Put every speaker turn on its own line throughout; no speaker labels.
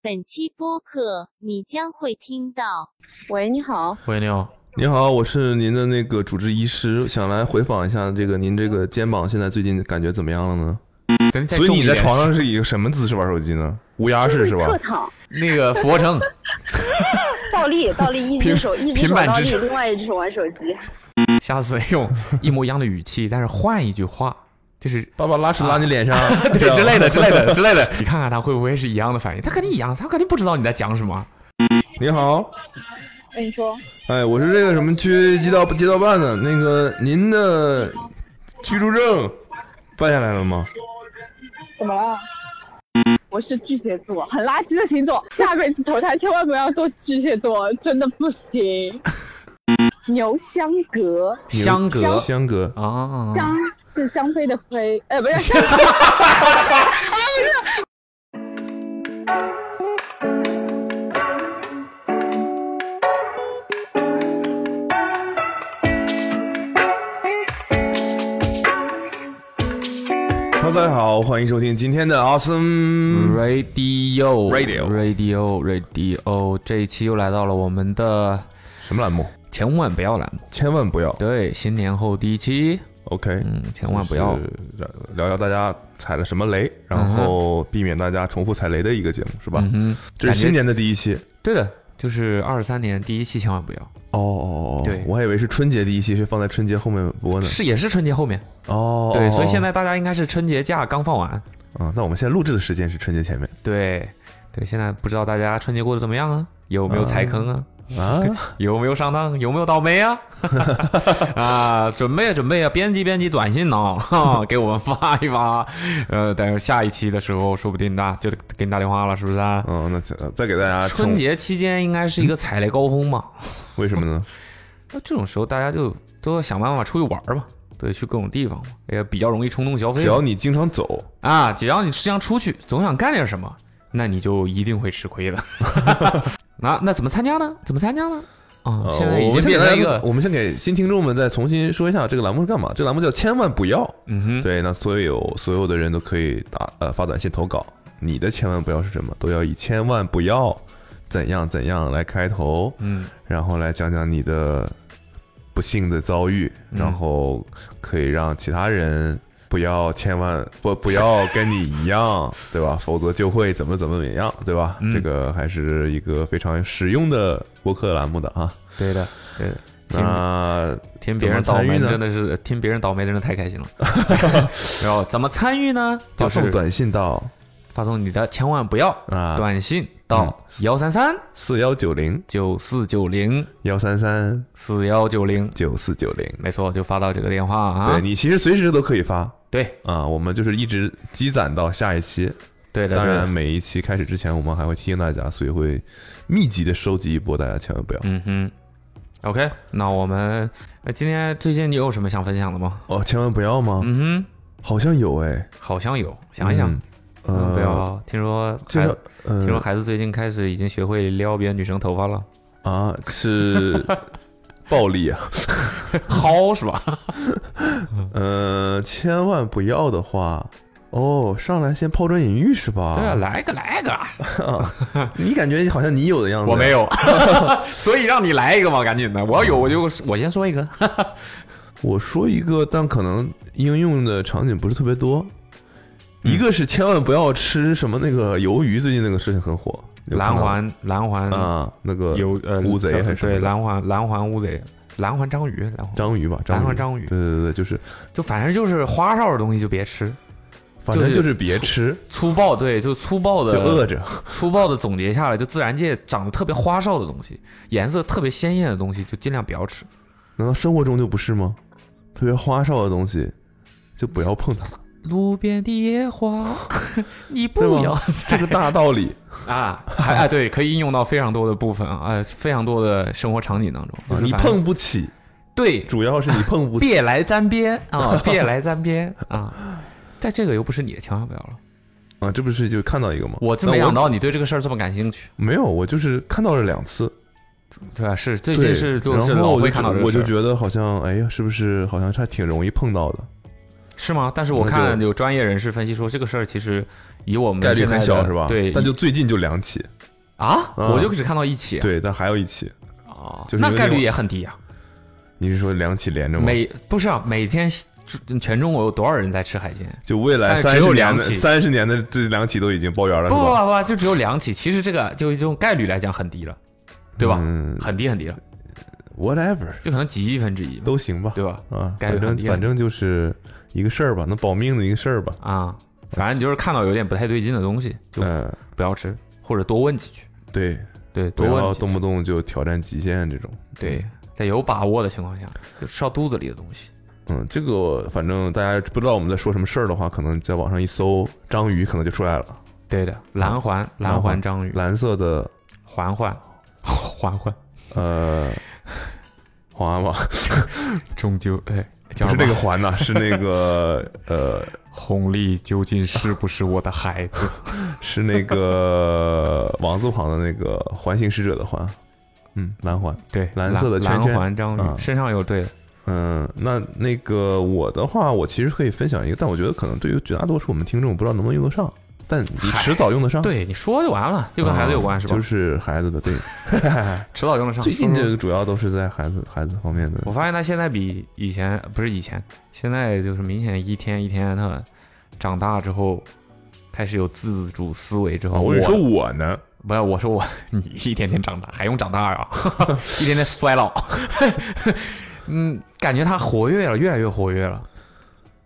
本期播客你将会听到：
喂，你好，
喂，你好，
您好，我是您的那个主治医师，想来回访一下这个您这个肩膀现在最近感觉怎么样了呢？
等你再
所以
重
你
一
在
点
床上是以一个什么姿势玩手机呢？乌鸦式是吧？
侧躺，
那个俯卧撑，
倒立，倒立，一只
平
手一只
平
手
板
倒
支
立，
撑
另外一只手玩手机。
下次用一模一样的语气，但是换一句话，就是
爸爸拉屎拉你脸上，啊这
对
样
之类的之类 的之类的，你看看他会不会是一样的反应？他肯定一样，他肯定不知道你在讲什么。
您好，
哎，你说，
哎，我是这个什么区街道街道办的，那个您的居住证办下来了吗？
怎么了？我是巨蟹座，很垃圾的星座，下辈子投胎千万不要做巨蟹座，真的 不行。牛相隔，
相隔
相隔，
啊，
相是香妃的妃，呃，不 是相
哈喽，大家好，欢迎收听今天的 Awesome。
Radio
Radio
Radio Radio，这一期又来到了我们的
什么栏目？
千万不要栏目，
千万不要
对，新年后第一期，
，OK？
嗯，千万不要嗯
就，是聊聊大家踩了什么雷，然后避免大家重复踩雷的一个节目，是吧？
嗯哼，
这是
感觉
新年的第一期。
对的，就是二三年第一期千万不要，
哦哦哦，
对
我还以为是春节第一期，是放在春节后面播呢。
是也是春节后面，
哦，
对，所以现
在
在大家应该是春节假刚放完，
啊，那我们现在录制的时间是春节前面
对对，现在不知道大家春节过得怎么样啊？有没有踩坑啊？
啊，
有没有上当？有没有倒霉啊？啊，准备啊准备啊，编辑编辑短信呢、哈，给我们发一发。呃，但是下一期的时候，说不定大就得给你打电话了，是不是、啊？
嗯，那再再给大家重
春节期间应该是一个踩雷高峰嘛，
为什么呢？
那这种时候大家就都要想办法出去玩儿嘛，对，去各种地方嘛，也比较容易冲动消费
只
嘛。
要你经常走，
啊，只要你时常出去，总想干点什么，那你就一定会吃亏的。 那那怎么参加呢？怎么参加呢？啊、
呃
现在已
我
经
们先给
变
大
成
家
一个，
我们先给新听众们再重新说一下这个栏目是干嘛。这个栏目叫千万不要，
嗯哼，
对，那所有所有的人都可以打呃发短信投稿，你的千万不要是什么，都要以千万不要怎样怎样来开头，
嗯，
然后来讲讲你的不幸的遭遇，
嗯
然后可以让其他人不要千万不不要跟你一样，对吧？否则就会怎么怎么怎么样，对吧？
嗯
这个还是一个非常实用的播客栏目的啊。
对的，对的。听
那
听别人
怎么
倒
参
霉
与呢
真的是听别人倒霉真的太开心 了。然后怎么参与呢？
发
就
送
是
短信到
发送你的千万不要
啊嗯
短信到幺三三
四幺九零
九四九零
幺三三
四幺九零，
九四九零。
没错，就发到这个电话啊
对。你其实随时都可以发
对
啊，我们就是一直积攒到下一期。
对的，
当
对的
然，每一期开始之前，我们还会提醒大家，所以会密集的收集一波，大家千万不要。
嗯哼，OK，那我们那今天最近你有什么想分享的吗？
哦，千万不要吗？
嗯
好像有哎，
哼，好像有，想一想，
嗯，呃，
不，要。听说孩
就是
子，听说
呃
孩子最近开始已经学会撩别的女生头发 了，
啊， 是暴力啊。
薅是吧？
呃，千万不要的话，哦，上来先抛砖引玉是吧？
对啊，来一个来一个，
你感觉好像你有的样子。
我没。有， 所以让你来一个嘛，赶紧
嗯
的，我要有我就我先说一个，
我说一个，但可能应用的场景不是特别多。一个是千万不要吃什么那个鱿鱼，最近那个事情很火， 有
蓝
看到吗
环蓝环
啊，那个
有呃
乌贼还是什么
对
的
蓝环蓝环乌贼。蓝环章鱼，蓝环
章鱼吧，
蓝
章
环
鱼，
章鱼
对对对，就是
就反正就是花哨的东西就别吃，
反正
是
就是别吃，
粗暴对，就粗暴的
就饿着。
粗暴的总结下来，就自然界长得特别花哨的东西，颜色特别鲜艳的东西，就尽量不要 吃。
难道生活中就不是吗？特别花哨的东西就不要 碰它，
路边的野花，你不
对
要
吧？
再
这个大道理
啊，还啊对，可以应用到非常多的部分啊，呃，非常多的生活场景当中。 就
啊
是
你
反正
碰不起，
对，
主要是你 碰不起。
别来沾边啊， 别来沾边啊。但这个又不是你的，千万不要了。
啊，这不是就看到一个吗？
我真
那
没想到你对这个事儿这么感兴趣，
没有，我就是看到了两次，
对吧？是最
对，
近是就
然
是
后
老
我
会
就
看到
觉
这
我
个事
就
儿，
觉得好像，哎呀，是不是好像还挺容易碰到的？
是吗？但是我
那就
看有专业人士分析说，这个事儿其实以我们
概率
现在
很
的
小是吧？
对，
但就最近就两起，
啊，
啊
我就只看到一起，
对，但还有一起，
啊，
就是
那
有
概率
另外
也很低啊。
你是说两起连着吗？
每不是啊，每天全中国有多少人在吃海鲜？
就未来
但
三
只有
十
两
年的
起
三十年的这两起都已经包圆了，
不
是
不
吧？
不不，就只有两起。其实这个就用概率来讲很低了，对吧？
嗯
很低很低了，
，whatever
就可能几亿分之一嘛，
都行吧，
对吧？
啊，
概率
反
很
正
低
反正就是一个事儿吧，能保命的一个事儿吧，
啊，反正就是看到有点不太对劲的东西，就
嗯，
不要吃，或者多问几句。
对，
对，
不
多问
要
几句。
动不动就挑战极限这种。
对，在有把握的情况下，就吃到肚子里的东西。
嗯，这个反正大家不知道我们在说什么事儿的话，可能在网上一搜“章鱼”可能就出来了，
对的，蓝环，蓝环章鱼，
蓝色的
环 环，环环，
呃 环吧，
终究哎，
不
叫
是
什
这个
么
环呐、是那个呃
红利究竟是不是我的孩子？
是那个王字旁的那个环形使者的环，嗯，蓝环。
对，
蓝色的圈圈
蓝环章
啊
鱼身上有对的
嗯，那那个我的话，我其实可以分享一个，但我觉得可能对于绝大多数我们听众，我不知道能不能用得上，但你
嗨
迟早用得上。
对，你说就完了，
嗯，
就跟孩子有关是吧？
啊就是孩子的，对，
迟早用得上。
最近
说
这
说，
个主要都是在孩子孩子方面的。
我发现他现在比以前不是以前，现在就是明显一天一天的长大之后，开始有自主思维之后，
啊，我跟你说我呢，
不要我说我 你一天天长大，还用长大呀？ 一天天衰老， 嗯，感觉他活跃了，越来越活跃了，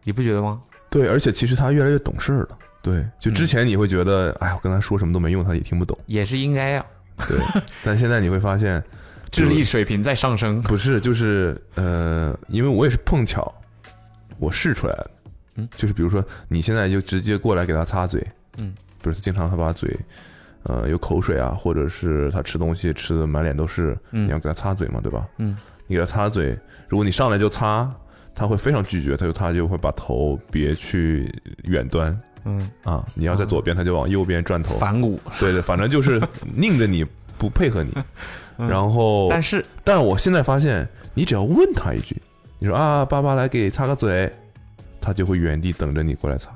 你不觉得吗？
对，而且其实他越来越懂事儿了。对，就之前你会觉得，哎，我跟他说什么都没用，他也听不懂。
也是应该呀、
对，但现在你会发现，
智力水平在上升。
不是，就是呃，因为我也是碰巧，我试出来的。
嗯
就是比如说你现在就直接过来给他擦嘴，
嗯，
比如他经常他把嘴，呃，有口水啊，或者是他吃东西吃的满脸都是，
嗯
你要给他擦嘴嘛，对吧？
嗯，
你给他擦嘴，如果你上来就擦，他会非常拒绝，他就他就会把头别去远端
嗯，
啊，你要在左边，他就往右边转头，
反骨，
对对，反正就是拧着你不配合你，
嗯
然后
但是
但我现在发现，你只要问他一句，你说啊，爸爸来给擦个嘴，他就会原地等着你过来擦。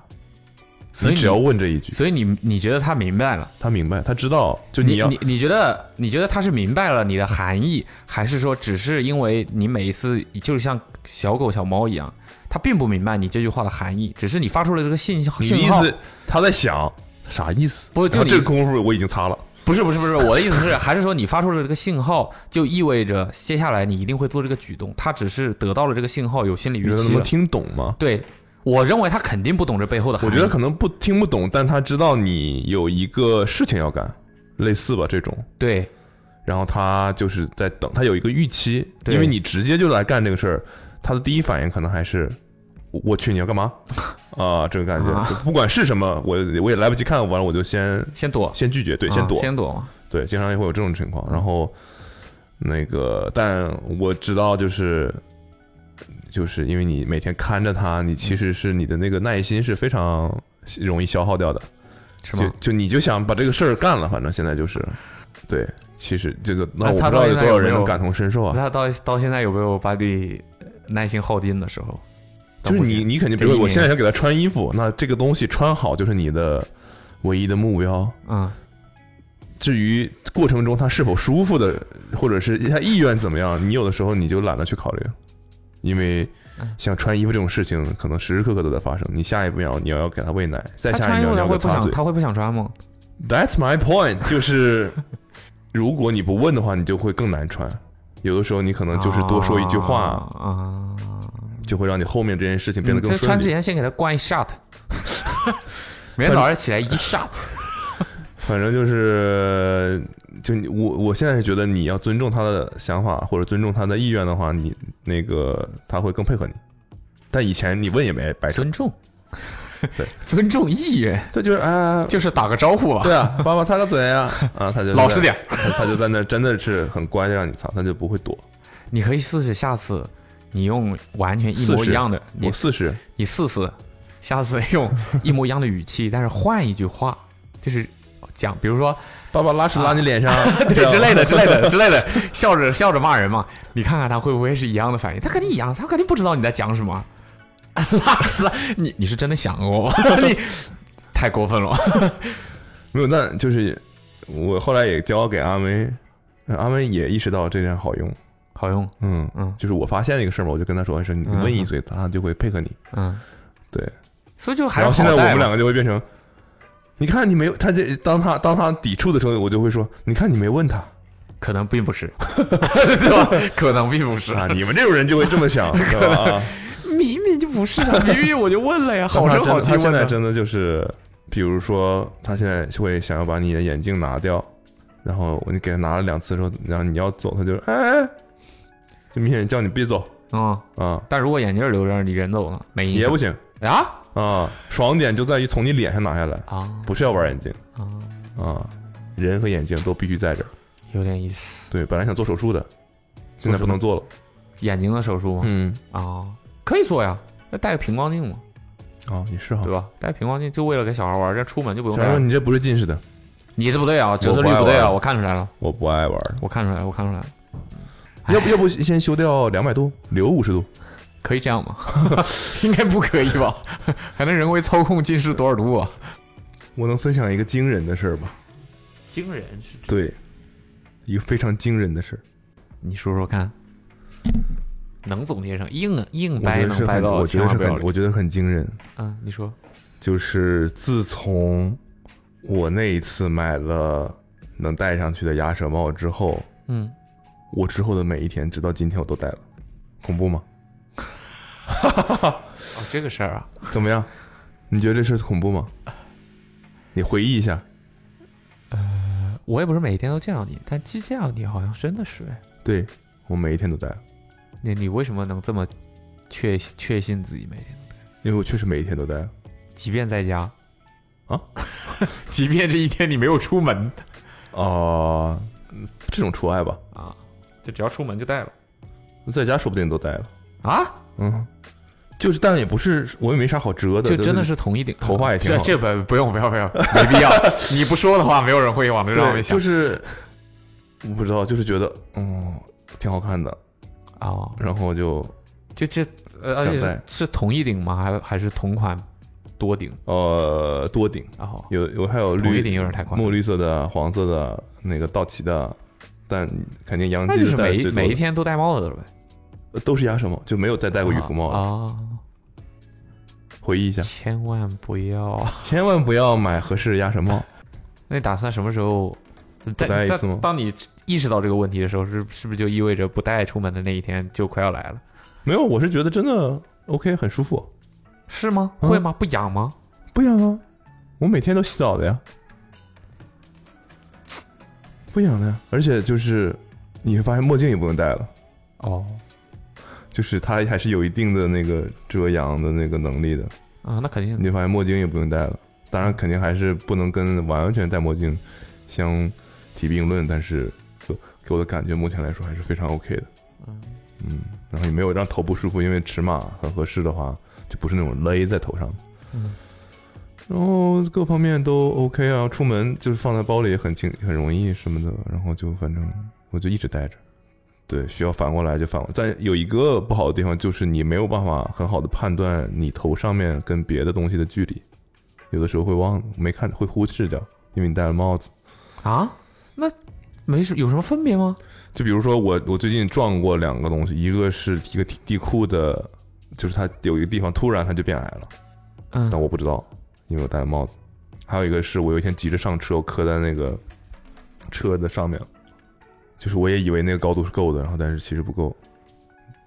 所以
你只要问这一句，
所以你你觉得他明白了？
他明白，他知道，就
你
要
你你觉得你觉得他是明白了你的含义，还是说只是因为你每一次就是像小狗小猫一样，他并不明白你这句话的含义，只是你发出了这个信号
你的
信
意
号。
思，他在想啥意思？
不就
然后
你
这个功夫我已经擦了，
不是不是不是，我的意思是，还是说你发出了这个信号，就意味着接下来你一定会做这个举动。他只是得到了这个信号，有心理
你
预
觉得
期
能
了。
听懂吗？
对，我认为他肯定不懂这背后的含
我
义。
觉得可能不听不懂，但他知道你有一个事情要干，类似吧这种。
对，
然后他就是在等，他有一个预期，
对
因为你直接就来干这个事儿，他的第一反应可能还是我我去你要 干嘛啊、这个感觉，
啊
就不管是什么，我我也来不及看，完了我就先
先躲，
先拒绝，对，
啊
先躲，
先嗯躲嘛。
对，经常会有这种情况。然后那个，但我知道就是。就是因为你每天看着他，你其实是你的那个耐心是非常容易消耗掉的，
是吗？
就就你就想把这个事儿干了，反正现在就是，对，其实这个
那
那我不
他
知道
到
有
现在
多少
有没
人能
有
感同身受啊。
那到到现在有没有把你耐心耗尽的时候？
就是你你肯定，比
这一
如我
年
现在想给他穿衣服，那这个东西穿好就是你的唯一的目标。
嗯，
至于过程中他是否舒服的，或者是他意愿怎么样，你有的时候你就懒得去考虑，因为
嗯
像穿衣服这种事情，可能时时刻刻都在发生。你下一秒你要给他喂奶，再
他
下
穿
一
衣服
秒你
他
要给
会不
他擦
想
嘴。
他会不想穿吗？
That's my point，就是如果你不问的话，你就会更难穿。有的时候你可能就是多说一句话，
啊，
就会让你后面这件事情变
你
得更
在
顺
穿之
利。
前先给他灌一 shot，每天早上起来一 shot。
反正就是，就你我我现在是觉得你要尊重他的想法或者尊重他的意愿的话，你那个他会更配合你。但以前你问也没白说，
尊重，
对，
尊重意愿，
这就是啊，
就是打个招呼吧，
对啊，爸爸擦个嘴啊， 啊，他就在
老实点，
他他就在那真的是很乖的让你擦，他就不会躲。
你可以试试，下次你用完全一模
试试
一样的，你啊
我四十，
你试试，下次用一模一样的语气，但是换一句话，就是讲，比如说
爸爸拉屎拉你脸上，这
对
样
之类的之类的之类的，笑着笑着骂人嘛，你看看他会不会是一样的反应？他肯定一样，他肯定 不知道你在讲什么。拉屎，你你是真的想哦，你太过分了。
没有，但就是我后来也教给阿梅，呃阿梅也意识到这点好用。
好用，
嗯
嗯
就是我发现了一个事儿嘛，我就跟她说，说你
嗯
问一嘴，她就会配合你。
嗯，
对，
所以就还
然
是
后现在
好
我
带
们
嘛
两个就会变成，你看你没有，她这当她当她抵触的时候，我就会说，你看你没问她
可能并不 是，对吧？可能并不是，
啊，你们这种人就会这 么想，对吧？啊
明明就不是啊， 明明我就问了呀，好
但
声
他
好
真
气
他现
问啊
在
的。
真的就是，比如说他现在会想要把你的眼镜拿掉，然后你给他拿了两次之后，然后你要走，他就哎，就明显叫你别走
嗯，
啊，
但如果眼镜留这儿，你人走了没意思
也不行
啊
啊。爽点就在于从你脸上拿下来，
啊
不是要玩眼镜
啊，
啊，人和眼镜都必须在这儿。
有点意思。
对，本来想做手术的，现在不能做了。
眼睛的手术吗？
嗯，
啊，可以做呀，那戴个平光镜嘛，
啊，也是哈
对。吧？戴平光镜就为了给小孩玩，这出门就不用
小时
戴
候
了。
你这不是近视的，
你这不对啊，折射
不
率
爱
不对啊，
玩
我看出来了，
我不爱玩儿。
我看出来了，我看出来了，
要不要不先修掉两百度，留五十度？
可以这 样吗？应该不可以吧？ 还能人为操控近视多少度啊？
我能分享一个惊人的事儿吗？
惊人是
对，一个非常惊人的事儿，
你说说看，能总结上硬啊硬
我
掰
觉得
能
是
掰
很，
到
我觉
千
得
万
是
不要
很，我觉得很惊人。
啊！你说
就是自从我那一次买了能戴上去的鸭舌帽之后，
嗯，
我之后的每一天，直到今天我都戴了，恐怖吗？
哦，这个事儿啊，
怎么样？你觉得这事儿恐怖吗？你回忆一下，
我也不是每天都见到你，但既见到你好像真的是哎，
对我每一天都戴，
你你为什么能这么确确信自己每天，
因为我确实每一天都戴。
即便在家
啊，
即便这一天你没有出门
哦、这种除外吧，
啊，就只要出门就带了
在家说不定都戴了。
啊，
嗯，就是，但也不是，我也没啥好遮的，
就
对
真的
对
是同一顶
头发也挺
这
好
这不不用不要不要，没必要， 你不说的话，没有人会往这上
对，
面想
就是我不知道，就是觉得嗯挺好看的，
哦，
然后就
就这，呃，而
想
且
戴
是同一顶吗？还还是同款多顶？
呃多顶，
哦，
有有还有
同一
绿
顶有点太宽了
墨绿色的、黄色的、那个道奇的，但肯定洋
那
基
就
的
是
戴
每
最
一
多
每一
的
天都戴帽子了呗。
呃都是鸭舌帽，就没有再戴过渔夫帽了。
啊，
回忆 一下，
千万不要。
千万不要买合适的鸭舌帽。
那你打算什么时候再
戴一
再
次吗
当你意识到这个问题的时候，是是不是就意味着不戴出门的那一天就快要来了？
没有，我是觉得真的 OK，很舒服，
是吗？
嗯
会吗？不痒吗？
不痒啊，我每天都洗澡的呀，不痒的呀。而且就是你会发现墨镜也不能戴了。
哦，
就是它还是有一定的那个遮阳的那个能力的。
啊，那肯定
你就发现墨镜也不用戴了，当然肯定还是不能跟完完全戴墨镜相提并论，但是呃给我的感觉目前来说还是非常 OK 的。
嗯
嗯，然后也没有让头不舒服，因为尺码很合适的话，就不是那种勒在头上的。
嗯
然后各方面都 OK 啊，出门就是放在包里也很轻，很容易什么的。然后就反正我就一直带着。对，需要反过来就反过，但有一个不好的地方就是你没有办法很好的判断你头上面跟别的东西的距离，有的时候会忘没看会忽视掉，因为你戴了帽子。
啊，那没什有什么分别吗？
就比如说我我最近撞过两个东西，一个是一个地地库的，就是它有一个地方突然它就变矮了，
嗯
但我不知道，因为我戴了帽子。还有一个是我有一天急着上车，我磕在那个车的上面了，就是我也以为那个高度是够的，然后但是其实不够。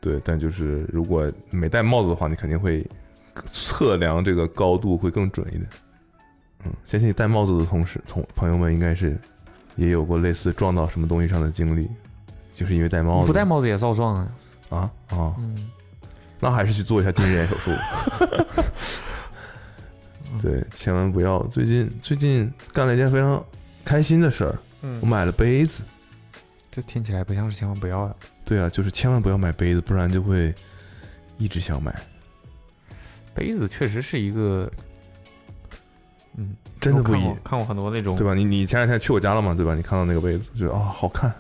对，但就是如果没戴帽子的话，你肯定会测量这个高度会更准一点。嗯，相信戴帽子的同事同朋友们应该是也有过类似撞到什么东西上的经历，就是因为戴帽
你
子。
不戴帽子也造撞啊。
啊啊，
嗯，
那还是去做一下近视 眼手术。对，千万不要。最近最近干了一件非常开心的事儿，我买了杯子。
嗯这听起来不像是千万不要呀。
对啊，就是千万不要买杯子，不然就会一直想买。
杯子确实是一个，嗯，
真的不
我
一
看，过看过很多那种，
对吧？你你前两天去我家了嘛，对吧？你看到那个杯子，觉得啊、好看，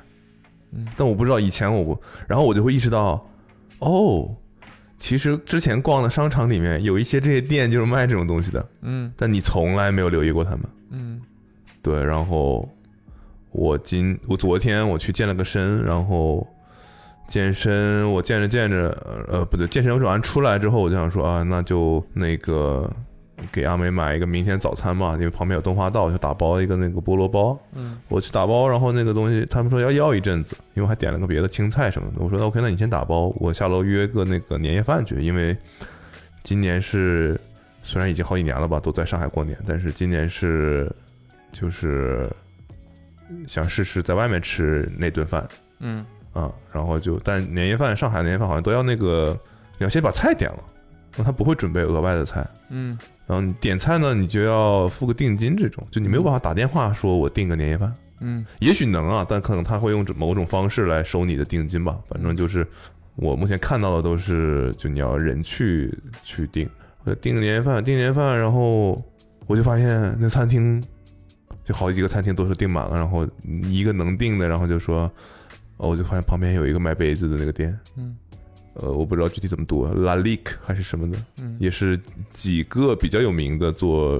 嗯
但我不知道以前我不，然后我就会意识到，哦，其实之前逛的商场里面有一些这些店就是卖这种东西的，
嗯
但你从来没有留意过他们。
嗯
对，然后我今我昨天我去健了个身，然后健身我健着健着，呃，不对，健身我完出来之后，我就想说啊，那就那个给阿梅买一个明天早餐吧，因为旁边有东华道，就打包一个那个菠萝包。
嗯
我去打包，然后那个东西他们说要要一阵子，因为我还点了个别的青菜什么的。我说那 OK，那你先打包，我下楼约个那个年夜饭去，因为今年是虽然已经好几年了吧，都在上海过年，但是今年是就是想试试在外面吃那顿饭
嗯
啊、然后就但年夜饭上海年夜饭好像都要那个你要先把菜点了，那他不会准备额外的菜。
嗯
然后你点菜呢，你就要付个定金，这种就你没有办法打电话说我订个年夜饭。
嗯
也许能啊，但可能他会用某种方式来收你的定金吧。反正就是我目前看到的都是，就你要人去去订，我订个年夜饭，订年夜饭，然后我就发现那餐厅就好几个餐厅都是订满了，然后一个能订的，然后就说，哦，我就发现旁边有一个卖杯子的那个店，
嗯
呃，我不知道具体怎么读，La l i q 还是什么的，
嗯
也是几个比较有名的做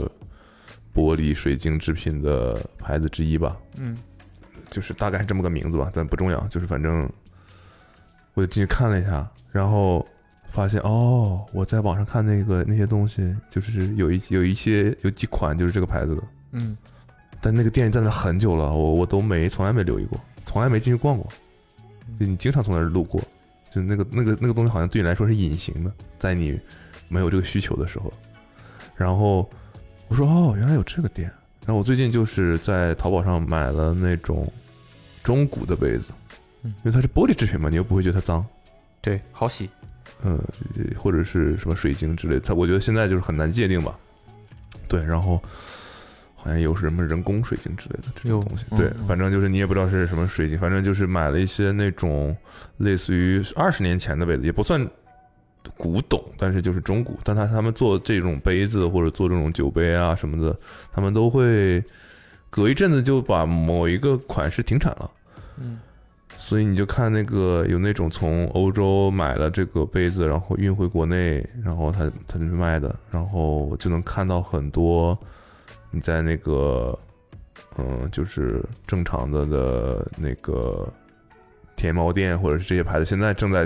玻璃水晶制品的牌子之一吧。
嗯
就是大概是这么个名字吧，但不重要。就是反正我就进去看了一下，然后发现哦，我在网上看那个那些东西，就是有一有一些有几款就是这个牌子的，
嗯
但那个店在那很久了，我我都没从来没留意过，从来没进去逛过。
嗯
就你经常从那儿路过，就那个那个那个东西好像对你来说是隐形的，在你没有这个需求的时候。然后我说哦，原来有这个店。然后我最近就是在淘宝上买了那种中古的杯子，
嗯
因为它是玻璃制品嘛，你又不会觉得它脏，
对，好洗。
嗯，或者是什么水晶之类的。它我觉得现在就是很难界定吧。对，然后好像有什么人工水晶之类的这种
有
东西。
嗯
对
嗯，
反正就是你也不知道是什么水晶，反正就是买了一些那种类似于二十年前的杯子，也不算古董，但是就是中古。但他他们做这种杯子或者做这种酒杯啊什么的，他们都会隔一阵子就把某一个款式停产了。
嗯
所以你就看那个有那种从欧洲买了这个杯子，然后运回国内，然后他他就卖的，然后就能看到很多你在那个嗯、呃就是正常的的那个天猫店或者是这些牌子现在正在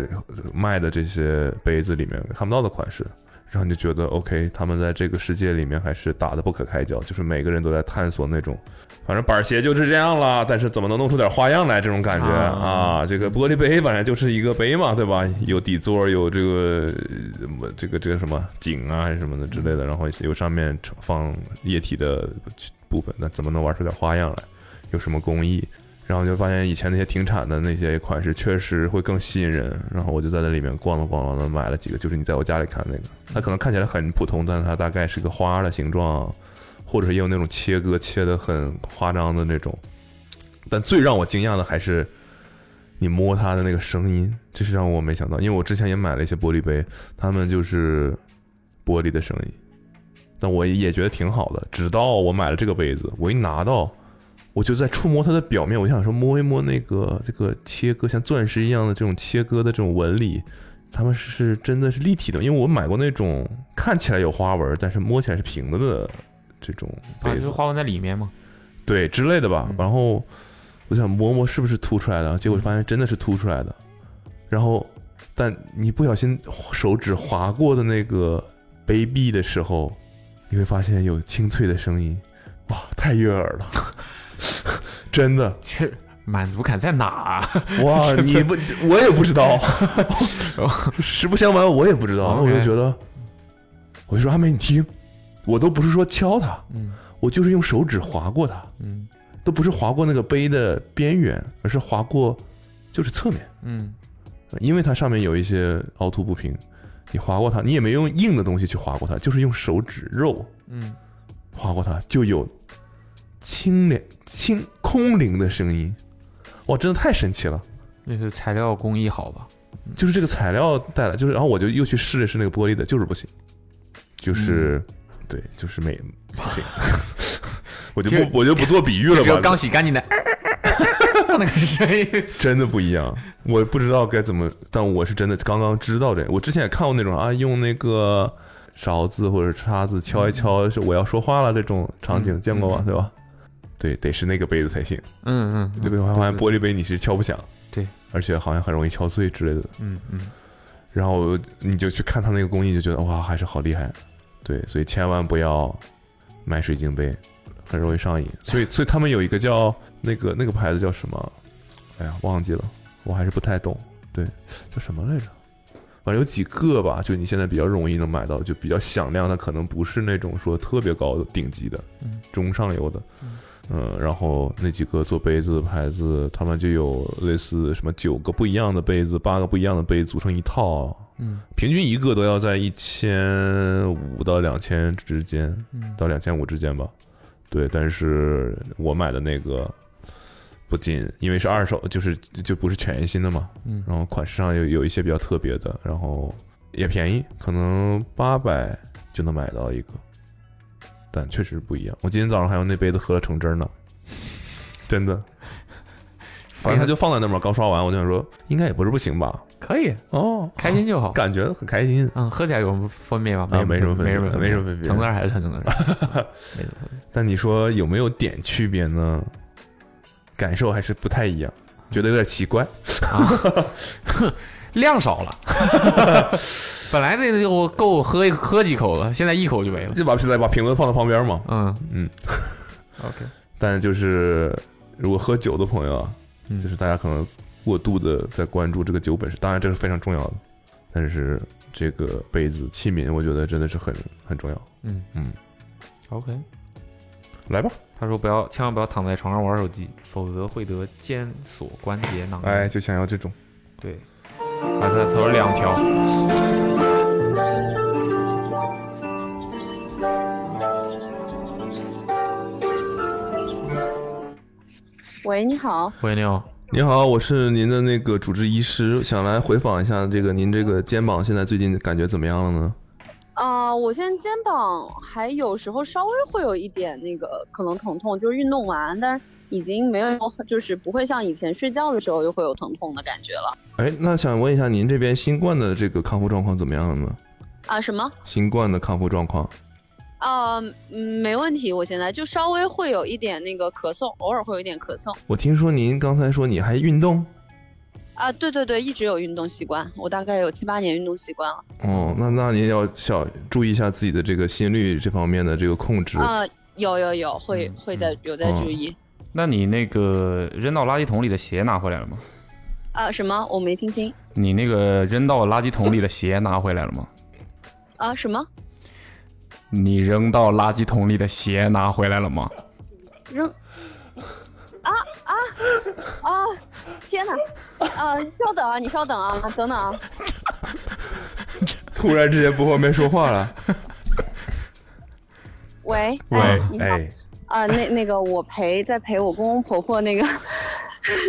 卖的这些杯子里面看不到的款式。然后你就觉得 OK，他们在这个世界里面还是打得不可开交，就是每个人都在探索那种，反正板儿鞋就是这样啦，但是怎么能弄出点花样来这种感觉
啊
啊这个玻璃杯反正就是一个杯嘛，对吧？有底座，有这个呃这个这个什么井啊还是什么的之类的，然后有上面盛放液体的部分，那怎么能玩出点花样来？有什么工艺？然后就发现以前那些停产的那些款式确实会更吸引人，然后我就在那里面逛了逛了，然后买了几个，就是你在我家里看那个，它可能看起来很普通，但它大概是个花的形状，或者是也有那种切割切的很夸张的那种。但最让我惊讶的还是你摸它的那个声音，这是让我没想到，因为我之前也买了一些玻璃杯，他们就是玻璃的声音，但我也觉得挺好的。直到我买了这个杯子，我一拿到，我就在触摸它的表面，我就想说摸一摸那个这个切割像钻石一样的这种切割的这种纹理，它们是真的是立体的，因为我买过那种看起来有花纹，但是摸起来是平的的这种
啊，
杯
就是
子，
花纹在里面嘛。
对之类的吧
嗯。
然后我想摸摸是不是凸出来的，结果发现真的是凸出来的。然后，但你不小心手指划过的那个杯壁的时候，你会发现有清脆的声音，哇，太悦耳了， 真的
这满足感在哪儿啊？
哇！你不，我也不知道，实不相瞒，我也不知道。然后我就
哦 OK
觉得，我就说阿美，你听，我都不是说敲它，
嗯
我就是用手指划过它。
嗯
都不是划过那个杯的边缘，而是划过就是侧面，
嗯
因为它上面有一些凹凸不平，你划过它，你也没用硬的东西去划过它，就是用手指肉
嗯
划过它，就有清凉清空灵的声音。哇，真的太神奇了！
那是材料工艺好吧？
就是这个材料带来，就是然后我就又去试了试那个玻璃的，就是不行，就是、
嗯
对，就是没不行。我就
这
不我就不做比喻了
这只有
吧
刚，洗干净的。样的跟谁？
真的不一样，我不知道该怎么，但我是真的刚刚知道这个。我之前也看过那种啊，用那个勺子或者叉子敲一敲，是我要说话了这种场景，
嗯
见过吧？对吧？对，得是那个杯子才行。
嗯
对吧？好像玻璃杯你是敲不响，
对，
而且好像很容易敲碎之类的。
嗯嗯，
然后你就去看他那个工艺，就觉得哇，还是好厉害。对，所以千万不要买水晶杯，很容易上瘾。所以， 所以他们有一个叫那个那个牌子叫什么？哎呀，忘记了，我还是不太懂。对，叫什么来着？反正有几个吧，就你现在比较容易能买到，就比较响亮的，可能不是那种说特别高的顶级的，
嗯
中上游的。
嗯
嗯，然后那几个做杯子的牌子，他们就有类似什么九个不一样的杯子，八个不一样的杯子组成一套，
嗯
平均一个都要在一千五到两千之间，
嗯
到两千五之间吧。对，但是我买的那个不仅因为是二手，就是就不是全新的嘛，
嗯
然后款式上有有一些比较特别的，然后也便宜，可能八百就能买到一个，但确实不一样。我今天早上还用那杯子喝了橙汁儿呢，真的。反正它就放在那儿嘛，刚刷完，我就想说，应该也不是不行吧？
可以，
哦，
开心 就好。
感觉很开心。
嗯，喝起来有分别吗？
啊
没
没什么分
没
别
什么
没什么分别
橙汁儿还是橙汁儿，没什么分别。
但你说有没有点区别呢？感受还是不太一样，觉得有点奇怪。
量少了， 本来那个就我够我喝一喝几口了，现在一口就没了。
就把再把评论放在旁边嘛。
嗯
嗯，
，OK，
但就是如果喝酒的朋友啊，
嗯
就是大家可能过度的在关注这个酒本身，当然这是非常重要的，但是这个杯子器皿，我觉得真的是很很重要。
嗯
嗯，
，OK。
来吧，
他说不要，千万不要躺在床上玩手机，否则会得肩锁关节囊炎。
哎，就想要这种。
对，啊，他他说两条。
喂，你好，
喂，你好，
您好，我是您的那个主治医师，想来回访一下这个您这个肩膀现在最近感觉怎么样了呢？
啊、我现在肩膀还有时候稍微会有一点那个可能疼痛，就是运动完，但是已经没有，就是不会像以前睡觉的时候又会有疼痛的感觉了。
哎，那想问一下您这边新冠的这个康复状况怎么样了呢？
啊，什么？
新冠的康复状况，
啊，嗯，没问题，我现在就稍微会有一点那个咳嗽，偶尔会有一点咳嗽。
我听说您刚才说你还运动，
啊，对对对，一直有运动习惯，我大概有七八年运动习惯了。
哦，那那您要小注意一下自己的这个心率这方面的这个控制。
啊、有有有，会
嗯
会在有在注
嗯
意。
那你那个扔到垃圾桶里的鞋拿回来了吗？
啊，什么？我没听清。
你那个扔到垃圾桶里的鞋拿回来了吗？
啊，什么？
你扔到垃圾桶里的鞋拿回来了吗？
扔？啊啊啊！天哪！呃，稍等啊，你稍等啊，等等啊。
突然之间不方便说话 了，
喂，
喂
哎，你好。
哎，
啊、那那个我陪在陪我公公婆婆那个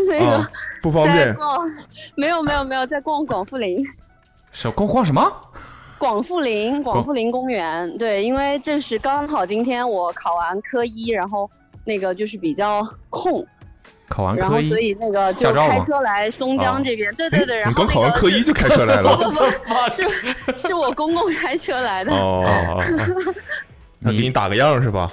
那个、
啊，不方
在
便，
逛，没有没有没有，在逛广富林。
什逛逛什么？
广富林，广富林公园，对，因为这是刚好今天我考完科一，然后那个就是比较空，
考完
然
科
后
一
所，以那个就
驾照吗
开车来松江这边，对对对，然
哎你
后
刚考完
那个
科 一就开车来了。
是是我公公开车来 的，
哦，哦哦那给你打个样是吧？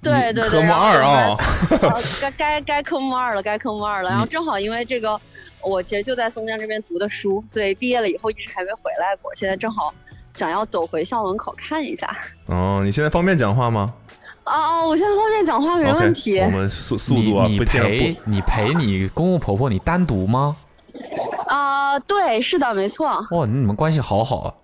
对对对，
科目二啊，
然后该该该科目二了，该科目二了，然后正好因为这个，我其实就在松江这边读的书，所以毕业了以后一直还没回来过，现在正好想要走回校门口看一下。
哦，你现在方便讲话吗？
哦哦，我现在方便讲话没
OK，
问题。
我们速 速度啊，
你你
不见得
陪你陪你公公婆婆，你单独吗？
啊、对，是的，没错。
哇，你们关系好好啊！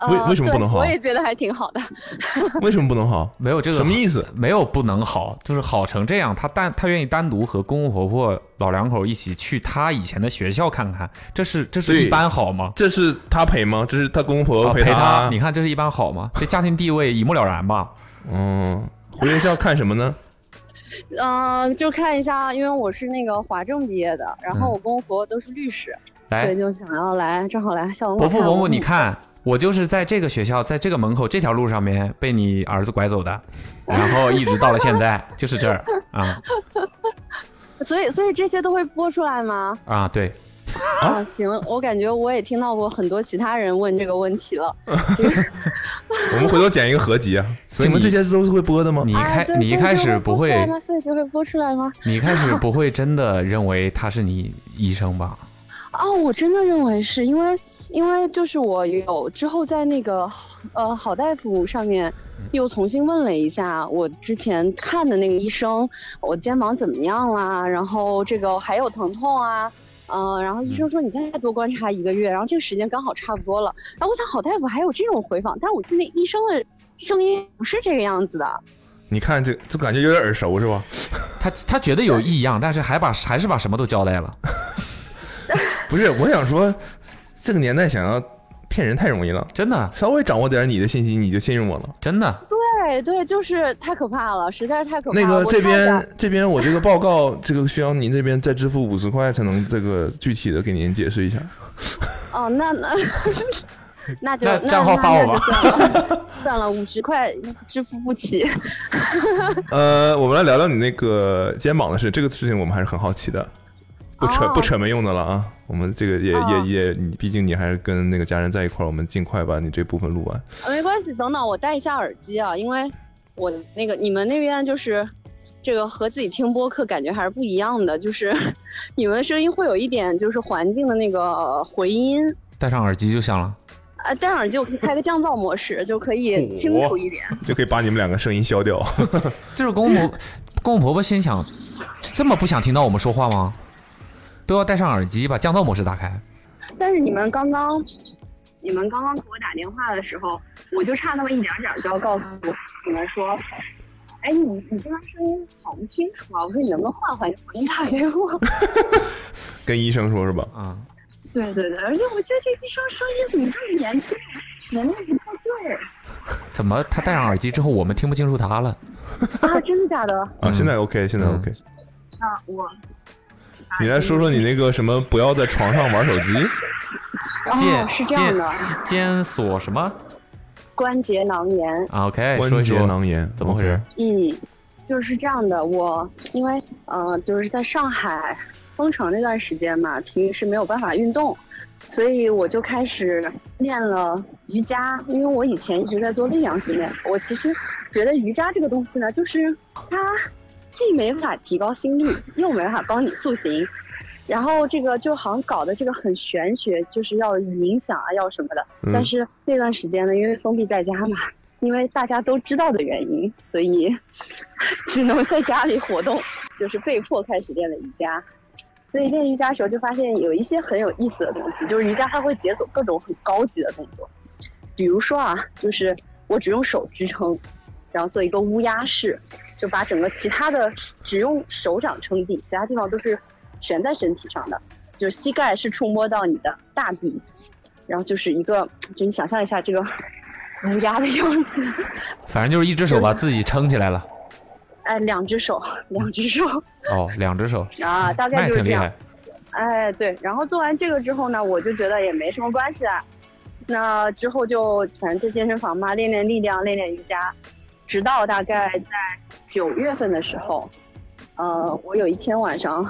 呃
为为什么
对
不能好
我也觉得还挺好的。
不，为什么不能好？
没有这个
什么意思？
没有不能好，就是好成这样。他单他愿意单独和公公婆婆老两口一起去他以前的学校看看，这是这是
对
一般好吗？
这是他陪吗？这是他公公婆
啊
婆
陪
哦他？
你看这是一般好吗？这家庭地位一目了然吧？
嗯，回学校看什么 呢？
嗯、就看一下，因为我是那个华政毕业的，然后
嗯
我公公婆婆都是律师，所
来
以，就想要来，正好来校门口
伯父
看
伯母，
我
你
母
看，我就是在这个学校，在这个门口这条路上面被你儿子拐走的，然后一直到了现在，就是这儿啊。
所以所以这些都会播出来吗？
啊，对，
啊，行，我感觉我也听到过很多其他人问这个问题了。
我们回头剪一个合集啊。
所以
请问
你
这些都是会播的吗？
你一开、
啊、对
你一
所以
开
这
始
会
不
播出来
会，
吗？所以这会播出来吗？
你一开始不会真的认为他是你医生吧？
啊，我真的认为是因为，因为就是我有之后在那个呃好大夫上面
嗯
又重新问了一下我之前看的那个医生，我肩膀怎么样啦？然后这个还有疼痛啊。嗯、然后医生说你再多观察一个月，然后这个时间刚好差不多了。然后我想好大夫还有这种回访，但是我记得医生的声音不是这个样子的。
你看这这感觉有点耳熟是吧？
他他觉得有异样，但是还把还是把什么都交代了。
不是，我想说，这个年代想要骗人太容易了，
真的，
稍微掌握点你的信息你就信任我了。
真的，
对对，就是太可怕了，实在是太可怕
那
了。
个
我
这
差点
边这边我这个报告，这个需要您这边再支付五十块才能这个具体的给您解释一下。
哦，那 那那就
那
那
账号
那
发我
那
吧
就算 了算了，五十块支付不起。
呃，我们来聊聊你那个肩膀的事，这个事情我们还是很好奇的。不扯
哦
不扯没用的了啊！我们这个也
哦
也也，你毕竟你还是跟那个家人在一块儿，我们尽快把你这部分录完。
没关系，等等我戴一下耳机啊，因为我那个你们那边就是这个和自己听播客感觉还是不一样的，就是你们的声音会有一点就是环境的那个回音。
戴上耳机就响了。
啊，戴上耳机我可以开个降噪模式，就可以清楚一点。
就可以把你们两个声音消掉。
就是公公婆公公婆婆心想，这么不想听到我们说话吗？都要戴上耳机，把降噪模式打开。
但是你们刚刚，你们刚刚给我打电话的时候，我就差那么一点点儿就要告诉你们说，哎，你你这边声音好不清楚啊！我说你能不能换换，你重新打给 我？
跟医生说是吧？
啊、
对对对，而且我觉得这医生声音怎么这么年轻，年龄不太对
怎么他戴上耳机之后，我们听不清楚他了？
啊！真的假的？
啊，
嗯
现在 OK，现在
嗯
OK。
那我
你来说说你那个什么，不要在床上玩手机。
肩
哦是这样的，
肩肩锁什么
关节囊炎，
啊？OK，说
哎
关
一
节
说
囊炎
怎么回事？
嗯，就是这样的。我因为呃，就是在上海封城那段时间嘛，体育是没有办法运动，所以我就开始练了瑜伽。因为我以前一直在做力量训练，我其实觉得瑜伽这个东西呢，就是它既没法提高心率，又没法帮你塑形。然后这个就好像搞的这个很玄学，就是要冥想啊，要什么的。
嗯
但是那段时间呢，因为封闭在家嘛，因为大家都知道的原因，所以 只能在家里活动，就是被迫开始练了瑜伽。所以练瑜伽的时候就发现有一些很有意思的东西，就是瑜伽它会解锁各种很高级的动作，比如说啊，就是我只用手支撑，然后做一个乌鸦式，就把整个其他的只用手掌撑地，其他地方都是悬在身体上的，就是膝盖是触摸到你的大臂，然后就是一个，就你想象一下这个乌鸦的样子，
反正就是一只手把自己撑起来了。
哎，两只手，两只手
哦，两只手，
啊，大
那
概
也
就是
挺
这
厉
样
害。。
哎，对，然后做完这个之后呢，我就觉得也没什么关系啦。那之后就反正在健身房嘛，练练力量，练练瑜伽，直到大概在九月份的时候，呃，我有一天晚上，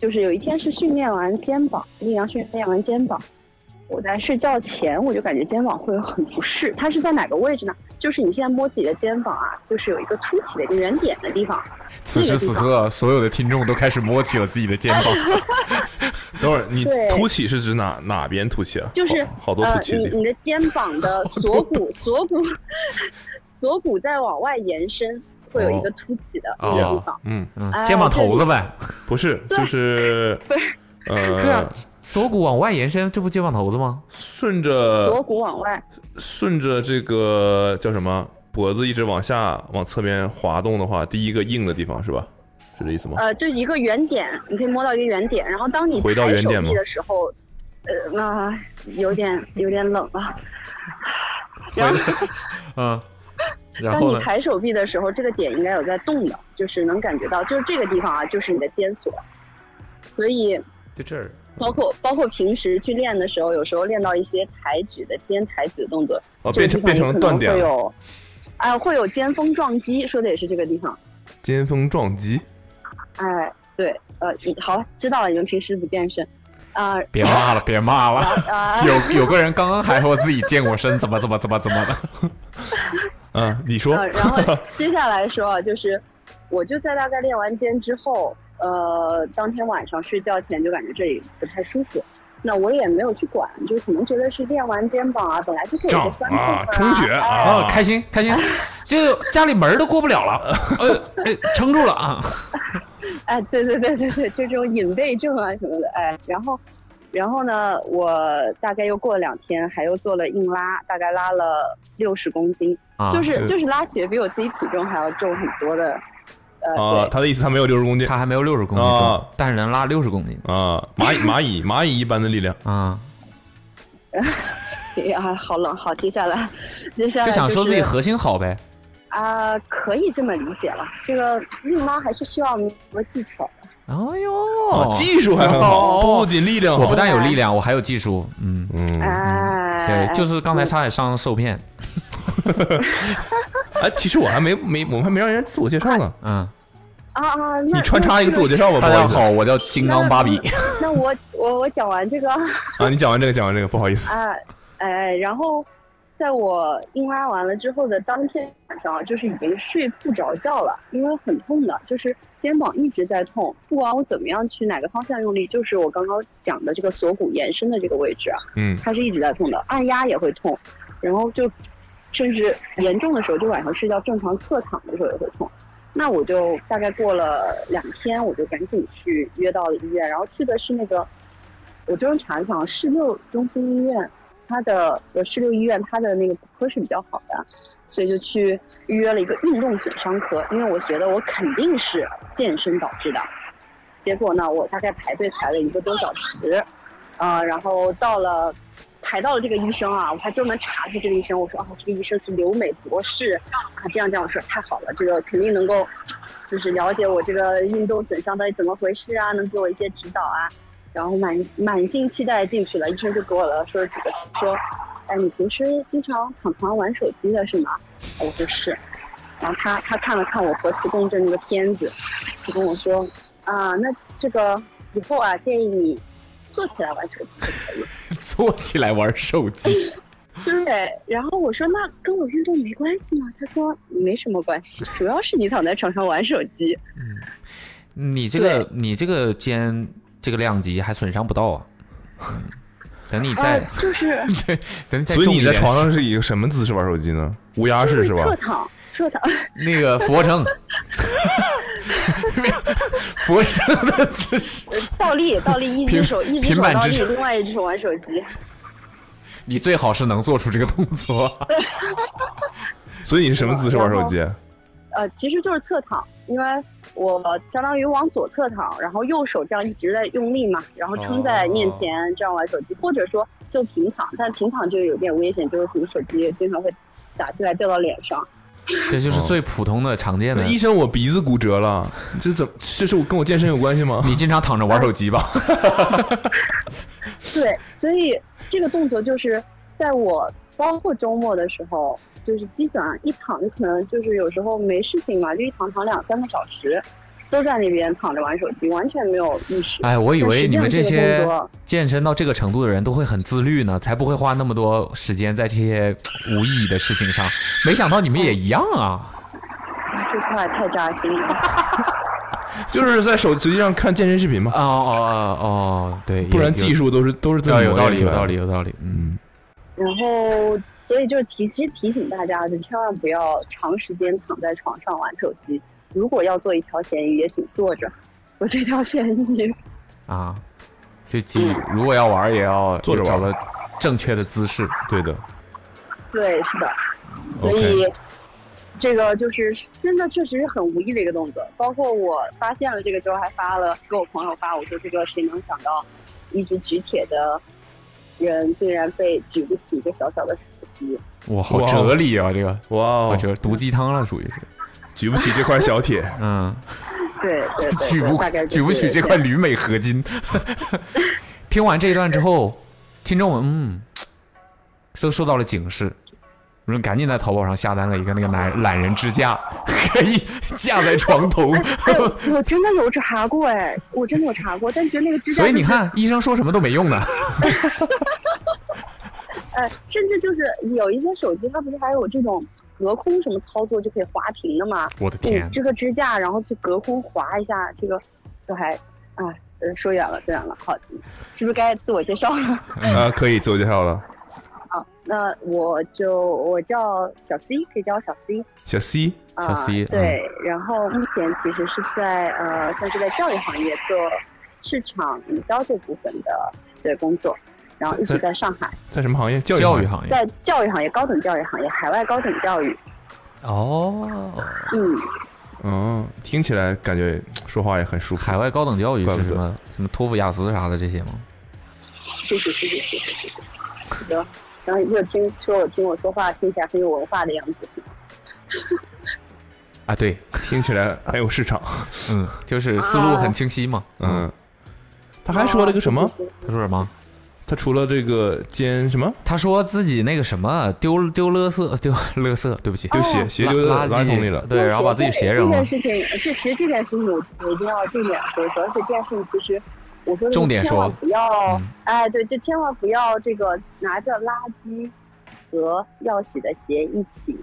就是有一天是训练完肩膀，力量训练完肩膀，我在睡觉前我就感觉肩膀会很不适，它是在哪个位置呢？就是你现在摸自己的肩膀啊，就是有一个凸起的一个圆点的地方，
此时此刻，所有的听众都开始摸起了自己的肩膀。
等会儿你
对
凸起是指哪哪边凸起啊？
就是
好好多凸
呃，
起的
你
地方。
你的肩膀的锁骨，锁骨，锁骨再往外延伸，会有一
哦
个凸起的那个地方。
嗯，
嗯，
哎
肩膀头子呗。
不是， 就是
对啊
呃，，
锁骨往外延伸，这不肩膀头子吗？
顺
锁
着
骨往外，
顺着这个叫什么脖子一直往下往侧边滑动的话，第一个硬的地方是吧？是这意思吗？
呃，就一个圆点，你可以摸到一个圆点，然后当你
回到
抬
原
手
点吗
臂的时候，呃，那、有点有点冷啊了。然后，
嗯，然
当
后
你
呢？
抬手臂的时候，这个点应该有在动的，就是能感觉到，就是这个地方啊，就是你的肩锁。所以，
就这儿。
包括包括平时去练的时候，有时候练到一些抬举的肩抬举的动作，
哦，
这个
变
地方
成变
你
成
呃可
断
能
点
会
了，
有，哎，会有肩峰撞击，说的也是这个地方，
尖峰撞击。
哎，对，呃，你好了，知道了，你们平时不健身，啊、
别骂了，别骂了。
啊、
有有个人刚刚还说自己健过身，怎么怎么怎么怎么的。
嗯，你说
呃，然后接下来说啊，就是我就在大概练完肩之后，呃，当天晚上睡觉前就感觉这里不太舒服，那我也没有去管，就可能觉得是练完肩膀啊，本来就会有一
胀
些酸痛哎
啊，
感
充血
哦
啊，，
开心开心，就家里门儿都过不了了， 呃，
哎
呃撑住了啊。
哎，对对对对对，就这种隐背症啊什么的，哎，然后，然后呢，我大概又过了两天，还又做了硬拉，大概拉了六十公斤，
啊
就是
这
就是拉起比我自己体重还要重很多的，呃，
啊，
对，
他的意思他没有六十公斤
他还没有六十公斤重，
啊
但是能拉六十公斤
啊， 蚂蚁蚂蚁蚂蚁一般的力量，
啊，
哎呀，好冷，好，接下来，接下来
就想说自己
是
核心好呗。
啊、可以这么理解了。这个硬拉还是需要很多技巧的。
哎
啊
呦，
技术还很好，
哦
不仅力量
我不
好，
但有力量，我还有技术。嗯，
嗯，
哎、
对，就是刚才差点上受骗。
哎，其实我还没没，我们还没让人自我介绍呢，
嗯，
啊啊，
你
你
穿插一个自我介绍吧，哦不
大
好
家
意思
好，我叫金刚芭比。
那我我我讲完这个啊、
啊，你讲完这个，讲完这个，不好意
啊
思，
哎，然后在我硬拉完了之后的当天晚上，啊就是已经睡不着觉了，因为很痛的，就是肩膀一直在痛。不管我怎么样去哪个方向用力，就是我刚刚讲的这个锁骨延伸的这个位置啊，
嗯，
它是一直在痛的，按压也会痛，然后就甚至严重的时候，就晚上睡觉正常侧躺的时候也会痛。那我就大概过了两天，我就赶紧去约到了医院，然后去的是那个，我专门查一下啊，市六中心医院，它的呃市六医院它的那个骨科是比较好的，所以就去预约了一个运动损伤科，因为我觉得我肯定是健身导致的。结果呢，我大概排队排了一个多小时，呃，然后到了排到了这个医生啊，我还专门查出这个医生，我说啊，这个医生是留美博士啊，这样这样，我说太好了，这个肯定能够就是了解我这个运动损伤到底怎么回事啊，能给我一些指导啊。然后满满心期待进去了，医生就给我了说了几个字，说，哎，你平时经常躺床玩手机的是吗？我说是。然后他他看了看我核磁共振那个片子，就跟我说，啊，那这个以后啊，建议你坐起来玩手机就可以。
坐起来玩手机，
对，然后我说那跟我运动没关系吗？他说没什么关系，主要是你躺在床上玩手机。嗯
你这个你这个肩这个量级还损伤不到啊。等你
呃
再，
就是
等你再
所以
重一
你在
点，
床上是以一个什么姿势玩手机呢？乌
啊
鸦
就
式
是
是吧？
侧躺，侧躺，
那个俯卧撑，
俯卧撑的姿势。
呃倒立，倒立，一只
平
手一只
平
手
板
倒
支
立，
撑
另外一只手玩手机。
你最好是能做出这个动作。
所以你是什么姿势玩手机？
呃，其实就是侧躺，因为我相当于往左侧躺，然后右手这样一直在用力嘛，然后撑在
哦
面前这样玩手机，或者说就平躺，但平躺就有点危险，就是你手机经常会打进来掉到脸上。
这就是最普通的、常见的
那。医生，我鼻子骨折了，这怎这是我跟我健身有关系吗？
你经常躺着玩手机吧？
对，所以这个动作就是在我包括周末的时候，就是基本上一躺就可能就是有时候没事情嘛，就一躺躺两三个小时，都在那边躺着玩手机，完全没有意识。
哎，我以
但
为
实际
你
上
们
这个
些
动作
健身到这个程度的人都会很自律呢，才不会花那么多时间在这些无意义的事情上。没想到你们也一样 啊！
这块太扎心了。
就是在手机上看健身视频嘛
哦，哦哦哦，对，
不然技
术
术都是都是这么
有道理，
磨练出
有
来的
道理，。有道理。嗯，
嗯，
然后，所以就是提，其实提醒大家，就千万不要长时间躺在床上玩手机。如果要做一条咸鱼，也请坐着。我这条咸鱼
啊，就记，如果要玩，也要
坐着玩
找个正确的姿势。
对的。
对，是的，所
OK
以这个就是真的，确实是很无意的一个动作。包括我发现了这个之后，还发了给我朋友发，我说这个谁能想到，一直举铁的人竟然被举不起一个小小的手机。
哇，好
哇
哲理啊，这个
哇
好
哦，
哲，毒鸡汤了，属于是。
举不起这块小 铁，
嗯，
对对对对，
举不
哦大概就是
举不起这块铝镁合金。听完这一段之后，听众们嗯，都受到了警示。我说赶紧在淘宝上下单了一个那个懒懒人支架， 可以架在 床头。
哎，我真的有查过哎，我真的有查过，但觉得那个支架，
所以你，看，医生说什么都没用的。
呃，甚至就是有一些手机，它不是还有这种隔空什么操作就可以滑屏的嘛？
我的
你
天，
支个支架，然后去隔空滑一下，这个都还啊，呃说远了，说远了，好，是不是该自我介绍了？
啊，可以自我介绍了，
啊，那我就我叫小 C，可以叫我小 C
小 C，
啊、
小 C，嗯
对，然后目前其实是在呃，算是在教育行业做市场营销这部分的对工作，然后一直
在
在上海，
在什么行业？教育
教育
行
行业
在教育行业、高等教育行业、海外高等教育，
哦，
嗯，
业。嗯，听起来感觉说话也很舒服。
海外高等教育
怪不
是
得
什么什么托福、雅思啥的这些吗？
谢谢谢谢谢谢谢谢，是的。然后又听说我听我说话听起来很有文化的样子，
啊，对，
听起来很有市场。
嗯，就是思路很清晰嘛。
嗯，他还说了个什么？
嗯
他说什么？
他除了这个兼什么
他说自己那个什么丢丢垃圾呃丢垃圾，对不起，
丢
哦
鞋，鞋丢
垃
垃
圾
圾桶里了。
对，然后把自己鞋扔
这
了
件。事情，这其实这件事情我我一定要重点说一说，而且这件事情其实我说的是
重点
千万
说
不要，
嗯
哎，对，就千万不要这个拿着垃圾和要洗的鞋一起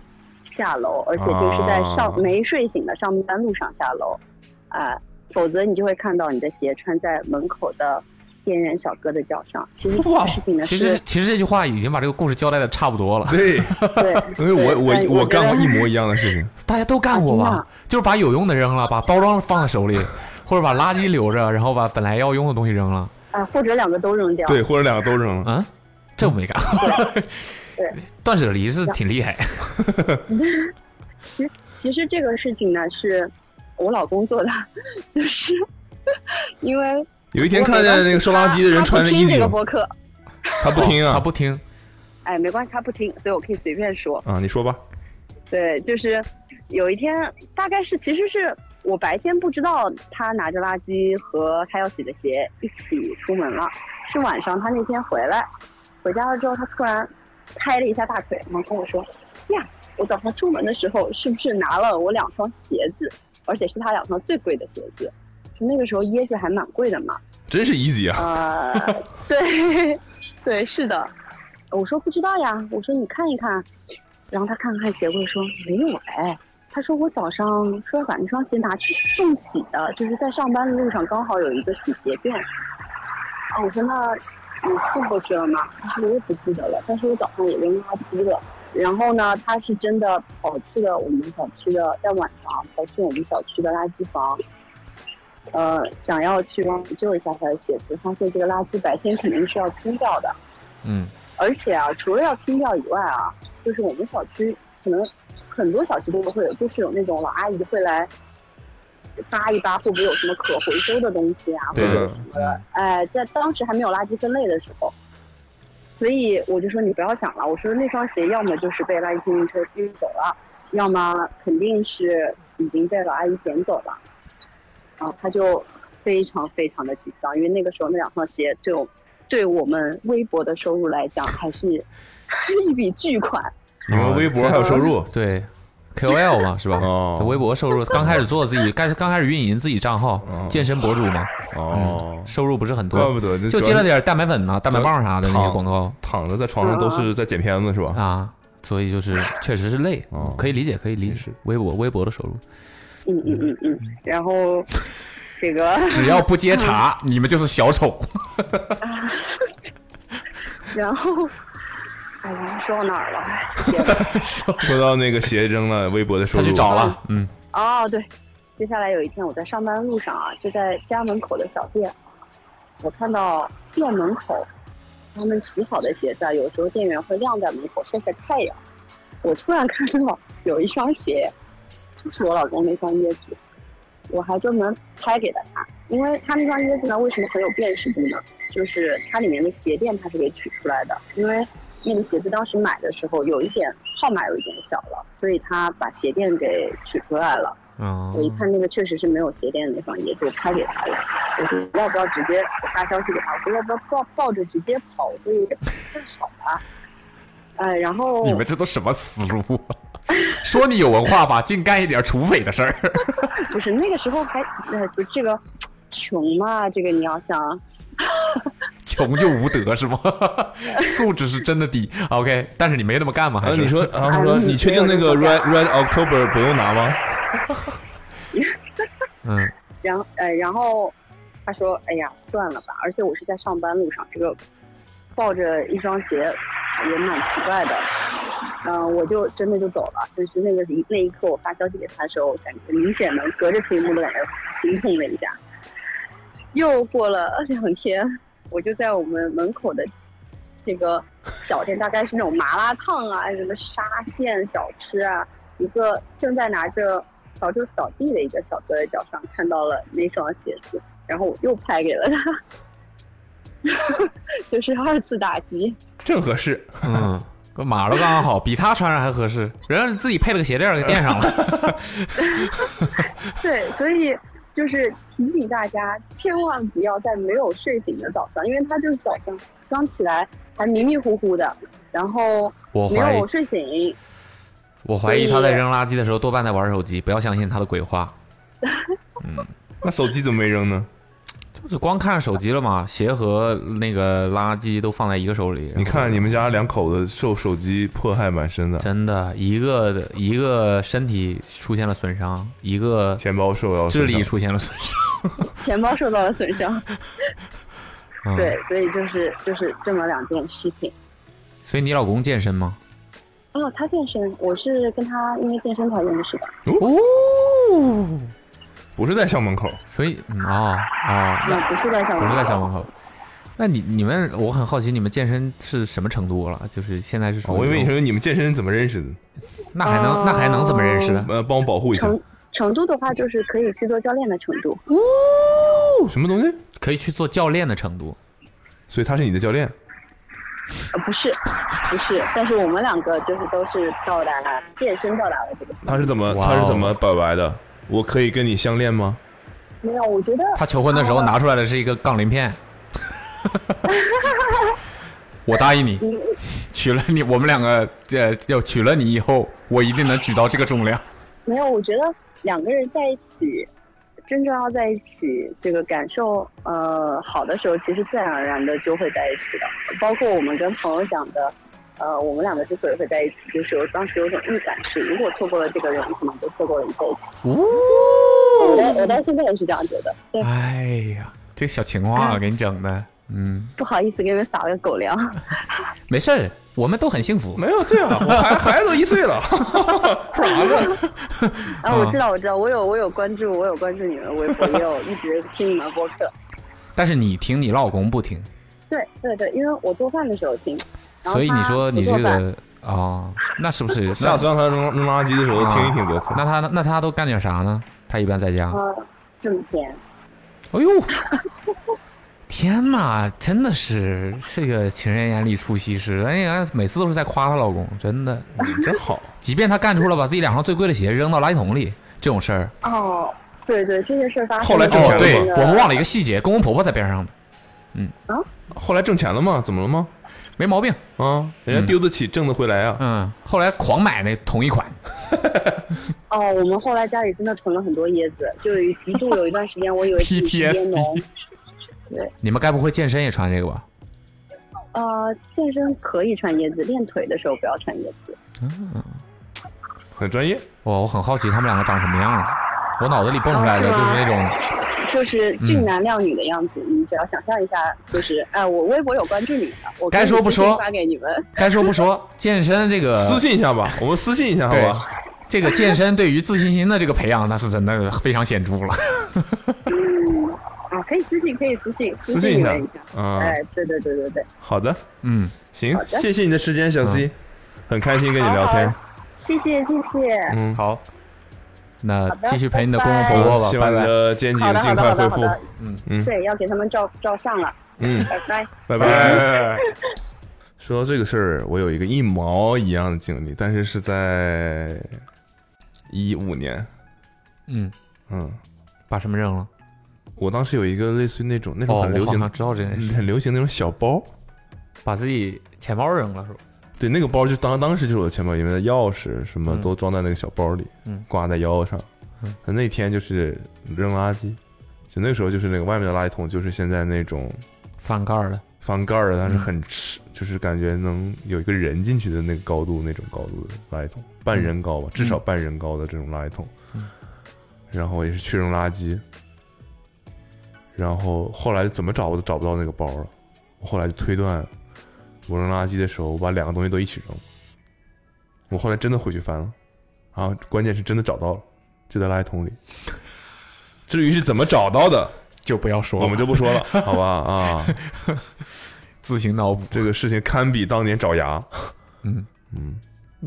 下楼，而且就是在上、
啊
没睡醒的上班路上下楼，啊、否则你就会看到你的鞋穿在门口的店员小哥的脚上。其实这
哇
件事情呢
其
是，
实其实这句话已经把这个故事交代的差不多了，
对，
对，
因为我
对
我我干过一。
但觉得
模一样的事情。
大家都干过
啊真
吧
的？
就是把有用的扔了，把包装放在手里，或者把垃圾留着，然后把本来要用的东西扔了。
啊，或者两个都 扔掉。
对，或者两个都扔了。
嗯，这我没干
对 对。
断舍离是挺厉害，
其实其实这个事情呢是我老公做的，就是 因为
有一天看见那个收垃圾的人穿着
他他不
衣
听这个
领，
播客，
他不听
哦他
啊。
不听。
哎，没关系，他不听，所以我可以随便说。
啊，你说吧。
对，就是有一天，大概是其实是我白天不知道他拿着垃圾和他要洗的鞋一起出门了，是晚上他那天回来，回家了之后，他突然拍了一下大腿，然后跟我说：“呀，我早上出门的时候是不是拿了我两双鞋子，而且是他两双最贵的鞋子？”就那个时候椰子还蛮贵的嘛，
真是 easy 啊！
呃， 对，对，是的。我说不知道呀，我说你看一看，然后他看了看鞋柜说没有哎，他说我早上说要把那双鞋拿去送洗的，就是在上班的路上刚好有一个洗鞋店。啊，我说那你送过去了吗？他说我也不记得了，但是我早上也扔垃圾了。然后呢，他是真的跑去了我们小区的，在晚上跑去我们小区的垃圾房，呃，想要去帮救一下他的鞋子，发现这个垃圾白天肯定是要清掉的。
嗯，
而且啊，除了要清掉以外啊，就是我们小区可能很多小区都会有，就是有那种老阿姨会来扒一扒，会不会有什么可回收的东西啊，或
对
者有什么的？哎，在当时还没有垃圾分类的时候，所以我就说你不要想了，我说那双鞋要么就是被垃圾清运车运走了，要么肯定是已经被老阿姨捡走了。然后他就非常非常的沮丧，因为那个时候那两双鞋对我对我们微博的收入来讲还是 一笔巨款。
你们微博还有收入
对，KOL 嘛是吧？
哦
微博收入刚开始做自己，刚刚开始运营自己账号
嗯，
健身博主嘛，
嗯
哦，
收入不是很
怪
多
不，得
就接了点蛋白粉呐、蛋白棒啥的那些
躺
广
啊
告
躺着在床
啊
上都是在剪片子是吧？
啊，所以就是确实是累
哦，
可以理解，可以理
也
解
是。
微博微博的收入，
嗯嗯嗯嗯，然后这个
只要不接茬，你们就是小丑。
然后。哎呀，说到哪儿了？
说到那个鞋扔了，微博的收
他
入
去找了，嗯，
哦，对，接下来有一天我在上班路上啊，就在家门口的小店，我看到店门口他们洗好的鞋子啊，有时候店员会晾在门口晒晒太阳。我突然看到有一双鞋，就是我老公那双椰子，我还专门拍给了他，因为他那双椰子呢，为什么很有辨识度呢？就是它里面的鞋垫它是给取出来的，因为那个鞋子当时买的时候有一点号码有一点小了，所以他把鞋垫给取出来了。
哦
我一看那个确实是没有鞋垫的那双鞋，就拍给他了。我说要不要直接我发消息给他？我说要不要抱抱着直接跑？我说有点不太好吧。呃，啊然后
你们这都什么思路啊？ 说你有文化吧，净干一点土匪的事儿。
不是那个时候还呃，就这个穷嘛，这个你要想，
穷就无德是吗？素质是真的低。OK，但是你没那么干吗？还
呃
啊，
是
你说，然后
啊
说
你
你确定那个 Red Red October 不用拿吗？
嗯，
然后呃，然后他说，哎呀，算了吧，而且我是在上班路上，这个抱着一双鞋也蛮奇怪的，嗯、我就真的就走了。但是那个一那一刻，我发消息给他的时候，感觉明显能隔着屏幕都感觉心痛了一下。又过了两天，我就在我们门口的这个小店，大概是那种麻辣烫啊，什么沙县小吃啊，一个正在拿着笤帚扫地的一个小哥的脚上看到了那双鞋子，然后我又拍给了他， 就是二次打击。
正合适，
嗯，跟马路刚刚好，比他穿上还合适。人家自己配了个鞋垫儿给垫上了。
对，所以就是提醒大家，千万不要在没有睡醒的早上，因为他就是早上刚起来还迷迷糊糊的，然后
我
没
怀疑
有，睡醒。
我怀疑他在扔垃圾的时候多半在玩手机，不要相信他的鬼话。
那手机怎么没扔 呢？
就是光看手机了嘛，鞋和那个垃圾都放在一个手里。
你看你们家两口子受手机迫害蛮深的，
真的，一个一个身体出现了损伤，一个
钱包受到
智力
损伤
出现了损伤。
钱包受到了损伤，
嗯
对，，所以就是就是这么两件事情。
所以你老公健身吗？
哦，他健身，我是跟他因为健身才认识的。
哦，
不是在校门口，
所以嗯哦哦，
那
那
不是在小
不是在小门口。那你你们，我很好奇你们健身是什么程度了？就是现在是属于、
我以为你说你们健身怎么认识的？
那还能、那还能怎么认识？
呃，帮我保护一下。
成成都的话，就是可以去做教练的程度。
哦，什么东西？
可以去做教练的程度。
所以他是你的教练？
呃，不是，不是，但是我们两个就是都是到达了健身到达了这个。
他是怎么
哇哦
他是怎么表白的？我可以跟你相恋吗？
没有，我觉得
他求婚的时候拿出来的是一个杠铃片。 我答应你，
你
娶了你，我们两个呃，要娶了你以后，我一定能举到这个重量。
没有，我觉得两个人在一起，真正要在一起，这个感受呃好的时候，其实自然而然的就会在一起的。包括我们跟朋友讲的，呃，我们两个之所以会在一起，就是我当时有种预感是，如果错过了这个人，可能就错过了一辈子。我到我到现在也是这样觉得。对，
哎呀，这个小情话、啊给你整的，嗯，
不好意思给你们撒了个狗粮。
没事儿，我们都很幸福。
没有，对啊，我 孩孩子都一岁了，说啥呢？
啊，我知道，我知道，我有我有关注，我有关注你们微 博，也有一直听你们播客。
但是你听，你老公不听，
对对对，因为我做饭的时候听。然后
所以你
他
说
不
你
做
这
饭
个哦，那 是不是？
下次让他扔扔垃圾的时候
啊
听一听博客。
那他那他都干点啥呢？他一般在家。
呃挣钱，
哎呦，天哪，真的是这个情人眼里出西施。哎呀，每次都是在夸她老公，真的。
嗯真好，
即便她干出了把自己两双最贵的鞋扔到垃圾桶里这种事儿，
哦，对对，这些事儿发生。
后来挣钱
哦，
了
对
吗
我们忘了一个细节，公公婆婆在边上的，
后来挣钱了吗？怎么了吗？
没毛病。
啊，人家丢得起，挣得回来啊。
嗯，后来狂买那同一款，
哦，我们后来家里真的囤了很多椰子，就有一度有一段时间，我以为自己是椰农
PTSD。你们该不会健身也穿这个吧？
呃，健身可以穿椰子，练腿的时候不要穿椰子。
很专业，
哇，我很好奇他们两个长什么样了。我脑子里蹦出来的
哦
就是
吗
是那种，嗯
就是俊男靓女的样子，你只要想象一下，就是哎，我微博有关注你们的，我
该说不说
可以私信发给你们。
该说不说，健身这个
私信一下吧，我们私信一下好
对
吧？，
这个健身对于自信心的这个培养，那是真的非常显著 了。
嗯，啊，可以私信，可以私信，
私
信
信一
你
下
们一下。
啊
哎，对对对对对，
好的，
嗯，
行
好，的
谢谢你的时间，小 C，很开心跟你聊天
好。谢谢谢谢，
嗯，
好，那
好的
继续陪你的
拜
公公
拜
婆婆吧，
希
拜
望你
拜。
的肩
好
颈
的好
嗯尽
的
快
好的
恢
好
复。
的，
嗯
对，要给他们照照相了，
嗯，
拜拜。
拜 拜。说到这个事儿，我有一个一毛一样的经历，但是是在一五年。
嗯，
嗯，
把什么扔了？
我当时有一个类似于那种那种
哦，
很流
我好
行、嗯
像知道这件事，
很流行那种小包，
把自己钱包扔了是吧？
对，那个包就当当时就是我的钱包，里面的钥匙什么
嗯
都装在那个小包里，
嗯
挂在腰上。
嗯
那那天就是扔垃圾，就那个时候就是那个外面的垃圾桶就是现在那种
翻盖儿了，
翻盖儿的，但是很吃，就是感觉能有一个人进去的那个高度，那种高度的垃圾桶，半人高吧，至少半人高的这种垃圾桶。
嗯
然后也是去扔垃圾，然后后来怎么找我都找不到那个包了。我后来就推断，我扔垃圾的时候，我把两个东西都一起扔。我后来真的回去翻了，啊，关键是真的找到了，就在垃圾桶里。 至于是怎么找到的，
就不要说了，
我们就不说了，好吧？啊。
自行脑补。
这个事情堪比当年找牙。
嗯
嗯，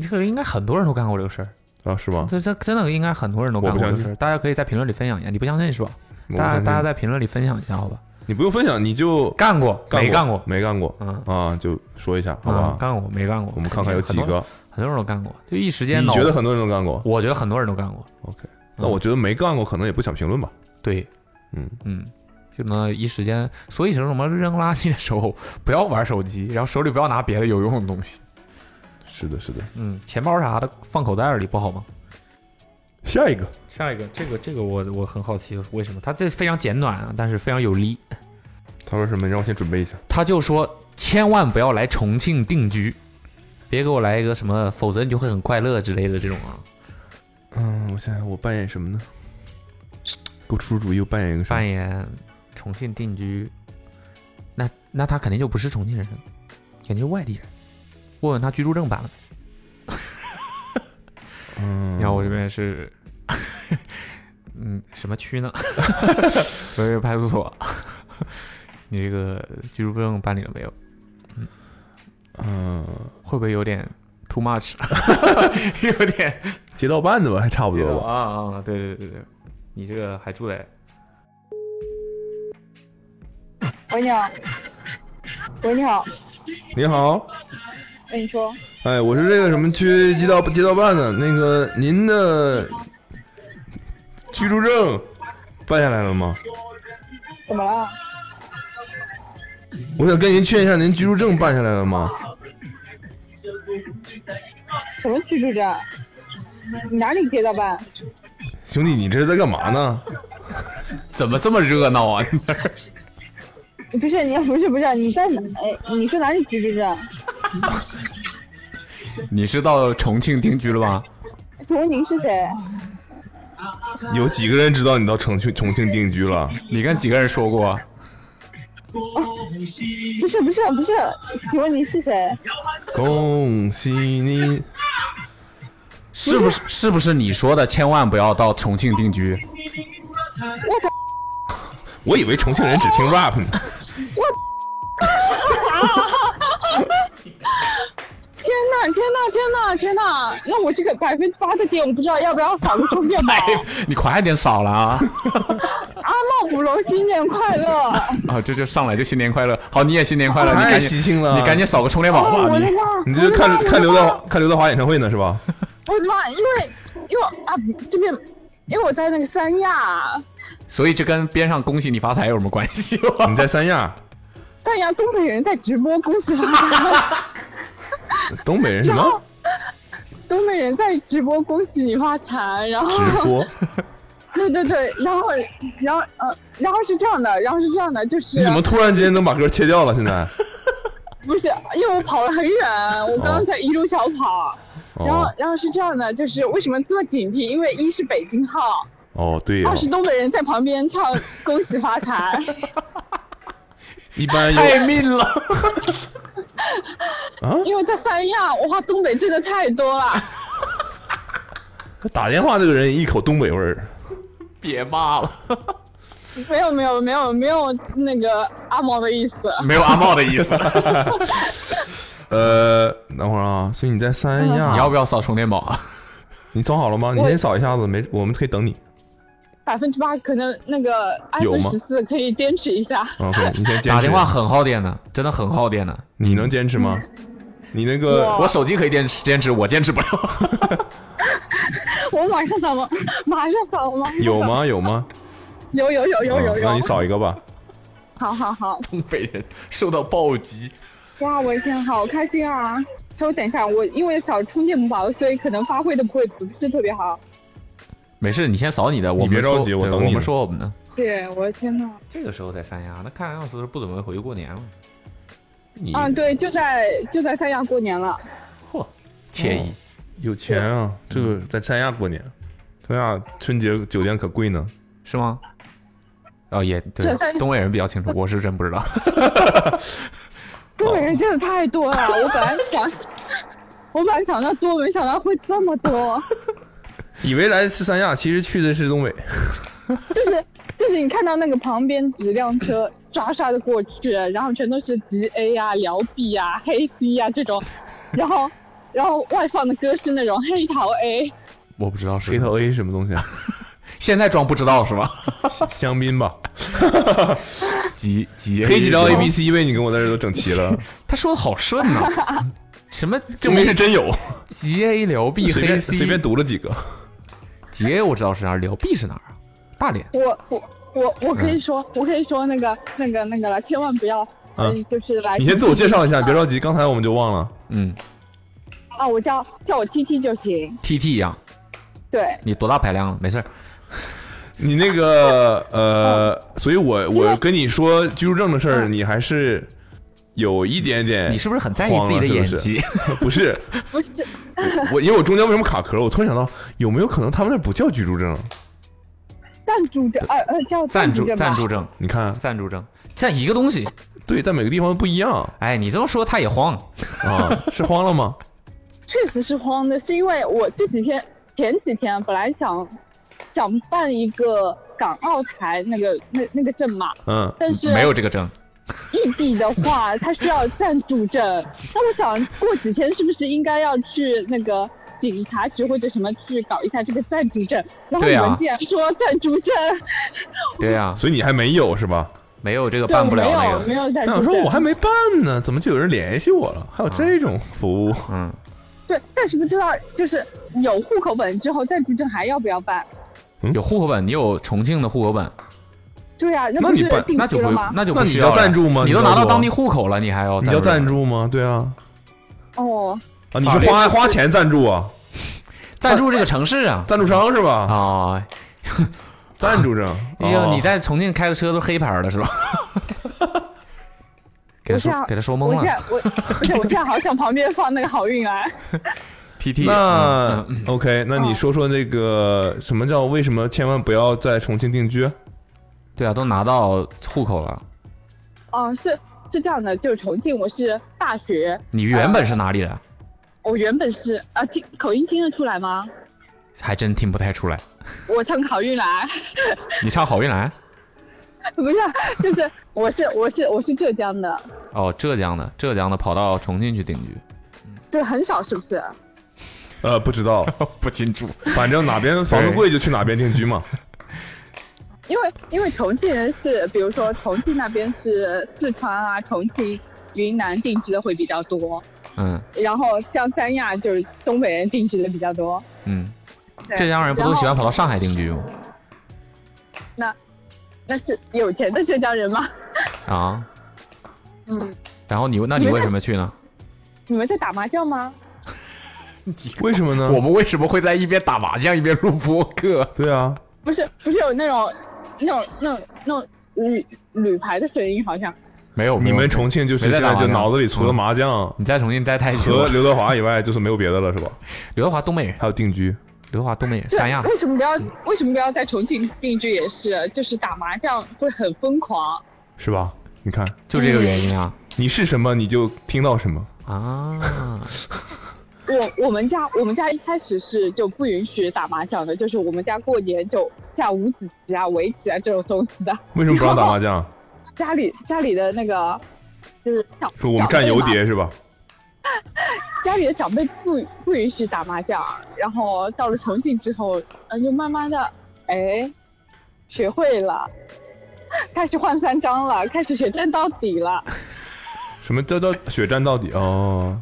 这个应该很多人都干过这个事儿，
啊，是吗？
这这真的应该很多人都干过这
我不
个
相
事
信
儿。大家可以在评论里分享一下，你不相信是吧？
我不
大
相
家
信
大家在评论里分享一下，好吧？
你不用分享，你就
干过没
干
干过？
没干过
嗯，
啊，就说一下，好
啊
吧？
干过没干过？
我们看看有几
很多，
个，
很多人都干过，就一时间
你
脑
觉得？很多人都干过
我觉得很多人都干过，
？OK，那我觉得没干过，可能也不想评论吧。
对，
嗯，
嗯，就那一时间，所以说什么扔垃圾的时候不要玩手机，然后手里不要拿别的有用的东西，
是的，是的。
嗯，钱包啥的放口袋里不好吗？
下一个，
下一个，这个这个我我很好奇，为什么他这非常简短啊，但是非常有力。
他说什么？你让我先准备一下。
他就说千万不要来重庆定居，别给我来一个什么，否则你就会很快乐之类的这种啊，
嗯，我想想，我扮演什么呢？给我出出主意，我扮演一个什么
扮？演重庆定居，那那他肯定就不是重庆人，肯定是外地人。问问他居住证办了没？
嗯，
你看我这边是， 嗯，什么 区呢？我是派出所。你这个居住证办理了没有？
嗯，
会不会有点 too much？有点
街道办的吧，还差不
觉
多
得
吧。
啊啊！对对对对，你这个还住在
喂，你好。喂，你好。
你好，
哎，你说。
哎，我是这个什么区街道街道办的，那个您的居住证办下来了吗？
怎么了？
我想跟您确认一下，您居住证办下来了吗？
什么居住证？哪里街道办？
兄弟，你这是在干嘛呢？
怎么这么热闹啊？
不是你，不是不是，你在哪？哎，你说哪里居住证？
你是到重庆定居了吧？
请问您是谁？
有几个人知道你到重庆重庆定居了？
你跟几个人说过？
不是不是不是，请问您是谁？
恭喜你！
是不是是不是你说的？千万不要到重庆定 居。
我以为重庆人只听 rap 呢。
天呐天呐天呐天呐！那我这个百分之八的点，我不知道要不要扫个充电宝。
哎
你快点扫了 啊！
阿茂普隆新年快乐！
啊，这就上来就新年快乐。好，你也新年快乐，你
太
赶紧
喜庆了
你赶紧扫个充电宝
哦
吧。你
你这是看看刘德看刘德华演唱会呢是吧？
我的妈！因为因为啊这边，因为我在那个三亚，
所以这跟边上恭喜你发财有什么关系 吗？
你在三亚，
三亚东北人在直播恭喜发财，
东北人什
然
么
后东北人在直播恭喜你发财，然后
直播？
对对对，然后然后呃，然后是这样的，然后是这样的，就是
你怎么突然间能把歌切掉了？现在？
不是因为我跑了很远，我刚
哦
刚才一路小跑，然后
哦
然后是这样的，就是为什么这么警惕？因为一是北京号，
哦，对呀
二，是东北人在旁边唱恭喜发财，
啊一般有
太命了！
因为在三亚，哇，东北真的太多了。
打电话这个人一口东北味儿。
别骂了，
没有没有没有没有那个阿毛的意思，
没有阿茂的意思。
呃，等会儿啊，所以你在三亚，
你要不要扫充电宝啊？
你找好了吗？你
我
先扫一下子，没，我们可以等你。
百分之八可能那个
有
iPhone
吗
十四可以坚持一下。
OK，你先坚持。
打电话，很耗电的，真的很耗电的。
你能坚持吗？你那个
我
我手机可以坚持，坚持我坚持不了。
我马上 扫吗？马上扫吗？
有吗？有吗？
有有有有有
嗯那
有
你。扫一个吧。
好好好，
东北人受到暴击，
哇，我的天，好开心啊！稍微等一下，我因为少充电宝，所以可能发挥的不会不是特别好。
没事，你先扫你的，我
你别
们说
着急我
对
等
我
你
们
呢
说我们的。
对，我的天呐。
这个时候在三亚，那看样子是不怎么回去过年了。
你哦
嗯，对，就在就在三亚过年了。
嚯，惬意。
哦
有钱啊！这个在三亚过年，三亚春节酒店可贵呢。
是吗？哦，也对
这三，
东北人比较清楚，我是真不知 道。
东北人真的太多了，我本来想， 我本来想到多，没想到会这么多。
以为来的是三亚，其实去的是东北。
就是就是你看到那个旁边几辆车刷刷的过去，然后全都是吉 A 呀、辽 B 呀、黑 C 呀、这种，然后然后外放的歌是那种黑桃 A，
我不知道
黑
是
桃 A 是什么东西啊？
现在装不知道是 吧？
香槟吧，
几几
黑吉辽 A B
C，
C 呗，你跟我在这都整齐 了，
他说的好顺呐、 什么
证明是真有。
吉 A 辽 B
随便
黑
随
C，
便读了几个，
吉 A 我知道是哪儿，辽 B 是哪儿啊？大连
我我我我可以说、我可以说那个那个那个了，千万不要。
嗯
嗯，就是来
你先自我介绍一下，别着急，刚才我们就忘了。
嗯
啊！我叫叫我 T T 就行。
，TT 一样。
对，
你多大排量了？没事儿，
你那个呃，所以我我跟你说居住证的事儿，你还是有一点点，
你是不是很在意自己的演 技？
不是
不是
我，因为我中间为什么卡壳？我突然想到，有没有可能他们那不叫居住证？
赞助证，呃呃，叫
赞助
助证吧
赞助证，
你看，
赞助证，像一个东西。
对，但每个地方不一样
哎，你这么说他也慌。哦
啊，是慌了吗？
确实是慌的，是因为我这几天前几天本来想想办一个港澳台那个那那个证嘛，
嗯，
但是
没有这个证，
异地的话，它需要暂住证。 那我想过几天是不是应该要去那个警察局或者什么去搞一下这个暂住证？然后
对
你
啊
们竟然说暂住 证，
对呀、
所以你还没有是吧？
没有这个
对，
办不了那
没有没
个。
有暂
那我
住
说
证。
我还没办呢，怎么就有人联系我了？还有这种服务？
嗯，
对，但是不知道就是有户口本之后暂住证还要不要办？
有户口本，你有重庆的户口本，
对呀、
那
不
你
是
办
定
那
期
就不
了吗？
那就
那
不
你
需要
叫
了
赞助吗
你
你
都
叫
拿到
做
当地户口了，你还要
你叫赞
助
助吗？对啊，
哦，
啊，你是
法
花花钱赞助啊？
赞助这个城市啊？
赞助商是吧？
哦，
赞助证，
你就
哦
你在重庆开的车都是黑牌儿的是吧？ 给他
我
说
想
给他说
我
懵
现在
了。
我，而且我现在好想旁边放那个好运来。
PT
那
嗯
OK，那你说说那个什么叫为什么千万不要在重庆定居？
对啊，都拿到户口了。
哦、是是这样的，就是重庆，我是大学，
你原本是哪里的？
我原本是啊，听口音听得出来吗？
还真听不太出来。
我唱好运来，
你唱好运来？
不是，就是我是我是我是浙江的，
哦，浙江的，浙江的跑到重庆去定居，
对，很少是不是？
呃，不知道，
哦不清楚。
反正哪边房子贵就去哪边定 居嘛。
因为因为重庆人是，比如说重庆那边是四川啊、重庆、云南定居的会比较多，
嗯
然后像三亚就是东北人定居的比较多。
嗯，
对
浙江人不
然
都
后
喜欢跑到上海定居吗？
那是有钱的浙江人吗？
啊，
嗯，
然后你那你为什么去呢？
你们在打麻将吗？
为什么呢？
们为什么会在一边打麻将一边录播客？
对啊，
不是不是有那种那种那种那种铝铝牌的声音，好像
没有，
你
没有
们重庆就是
没在
现
打
在
麻
就
将嗯
脑子里除了麻将
你在重庆待太久
和
了。
刘德华以外，就是没有别的了，是吧？
刘德华东北人，
还有定居，
刘德华东北人，
对
三亚
为什么不要为什么不要在重庆定居？也是，就是打麻将会很疯狂。
是吧？你看，
就这个原因啊
你是什么，你就听到什么。
啊！
我我们家我们家一开始是就不允许打麻将的，就是我们家过年就下五子棋啊、围棋啊这种东西的。
为什么不让打麻将？
家里家里的那个就是长
说我们占油，碟是吧？
家里的长辈不不允许打麻将，然后到了重庆之后，嗯，就慢慢的，哎，学会了， 开始换三张了，开始血战到底了，
什么叫叫血战到底？哦，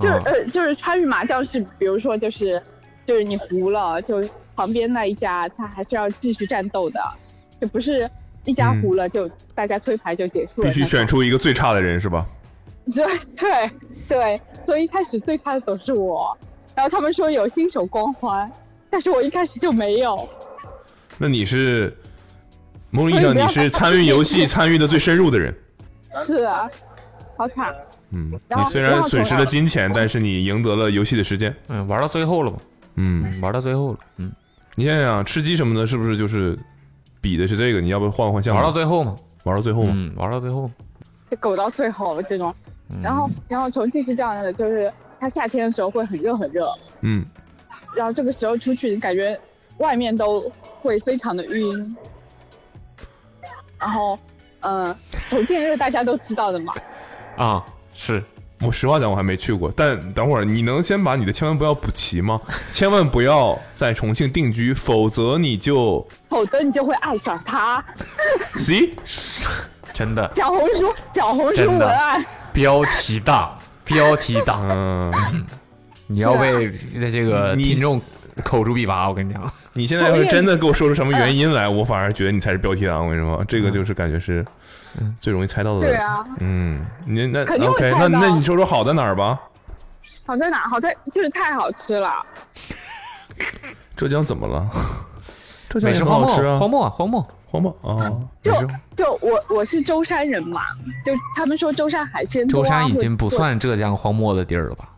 就是、
哦
呃就是参与麻将是，比如说就是就是你胡了，就旁边那一家他还是要继续战斗的，就不是一家
嗯
胡了、就大家推牌就结束了那种，
必须选出一个最差的人是吧？
对对对，所以一开始最差的总是我。然后他们说有新手光环，但是我一开始就没有。
那你是某种意义
所以
上
不要
你是参与游戏参与的最深入的人。
是啊，好惨。
嗯，
然
你
后
虽
然
然
后
损
从
失
哪
了
儿
金钱，但是你赢得了游戏的时间。
嗯，玩到最后了嘛，
嗯，
嗯玩到最后了，嗯，
你想想，吃鸡什么的，是不是就是比的是这个？你要不换换项目？
玩到最后嘛，
玩到最后吗？
嗯，玩到最后，嗯
就狗到最后这种。然后，然后重庆是这样的，就是它夏天的时候会很热很热，
嗯，
然后这个时候出去，你感觉外面都会非常的晕。然后，嗯、重庆热大家都知道的嘛，
啊，是
我实话讲，我还没去过。但等会儿你能先把你的千万不要补齐吗？ 千万不要在重庆定居，否则你就
否则你就会爱上它。
C
真的，
小红书，小红书
真
文
的
案，
标题党，标题党，
嗯、
你要被这个
你
听众口诛笔伐，我跟你讲，
你现在要是真的给我说出什么原因来，我反而觉得你才是标题党。我跟你说，这个就是感觉是最容易猜到的。
嗯对啊。
嗯，你那
肯定会
OK，
猜
那
到
那你说说好在哪儿吧？
好在哪？好在就是太好吃了，
浙江怎么 了？浙江
美
也
食
很
荒
好吃
漠，
啊，
荒漠，荒漠，
荒漠啊，
就
美食
就我我是舟山人嘛，就他们说舟山海鲜多
舟
啊
山已
或者
经不算浙江荒漠的地儿了吧？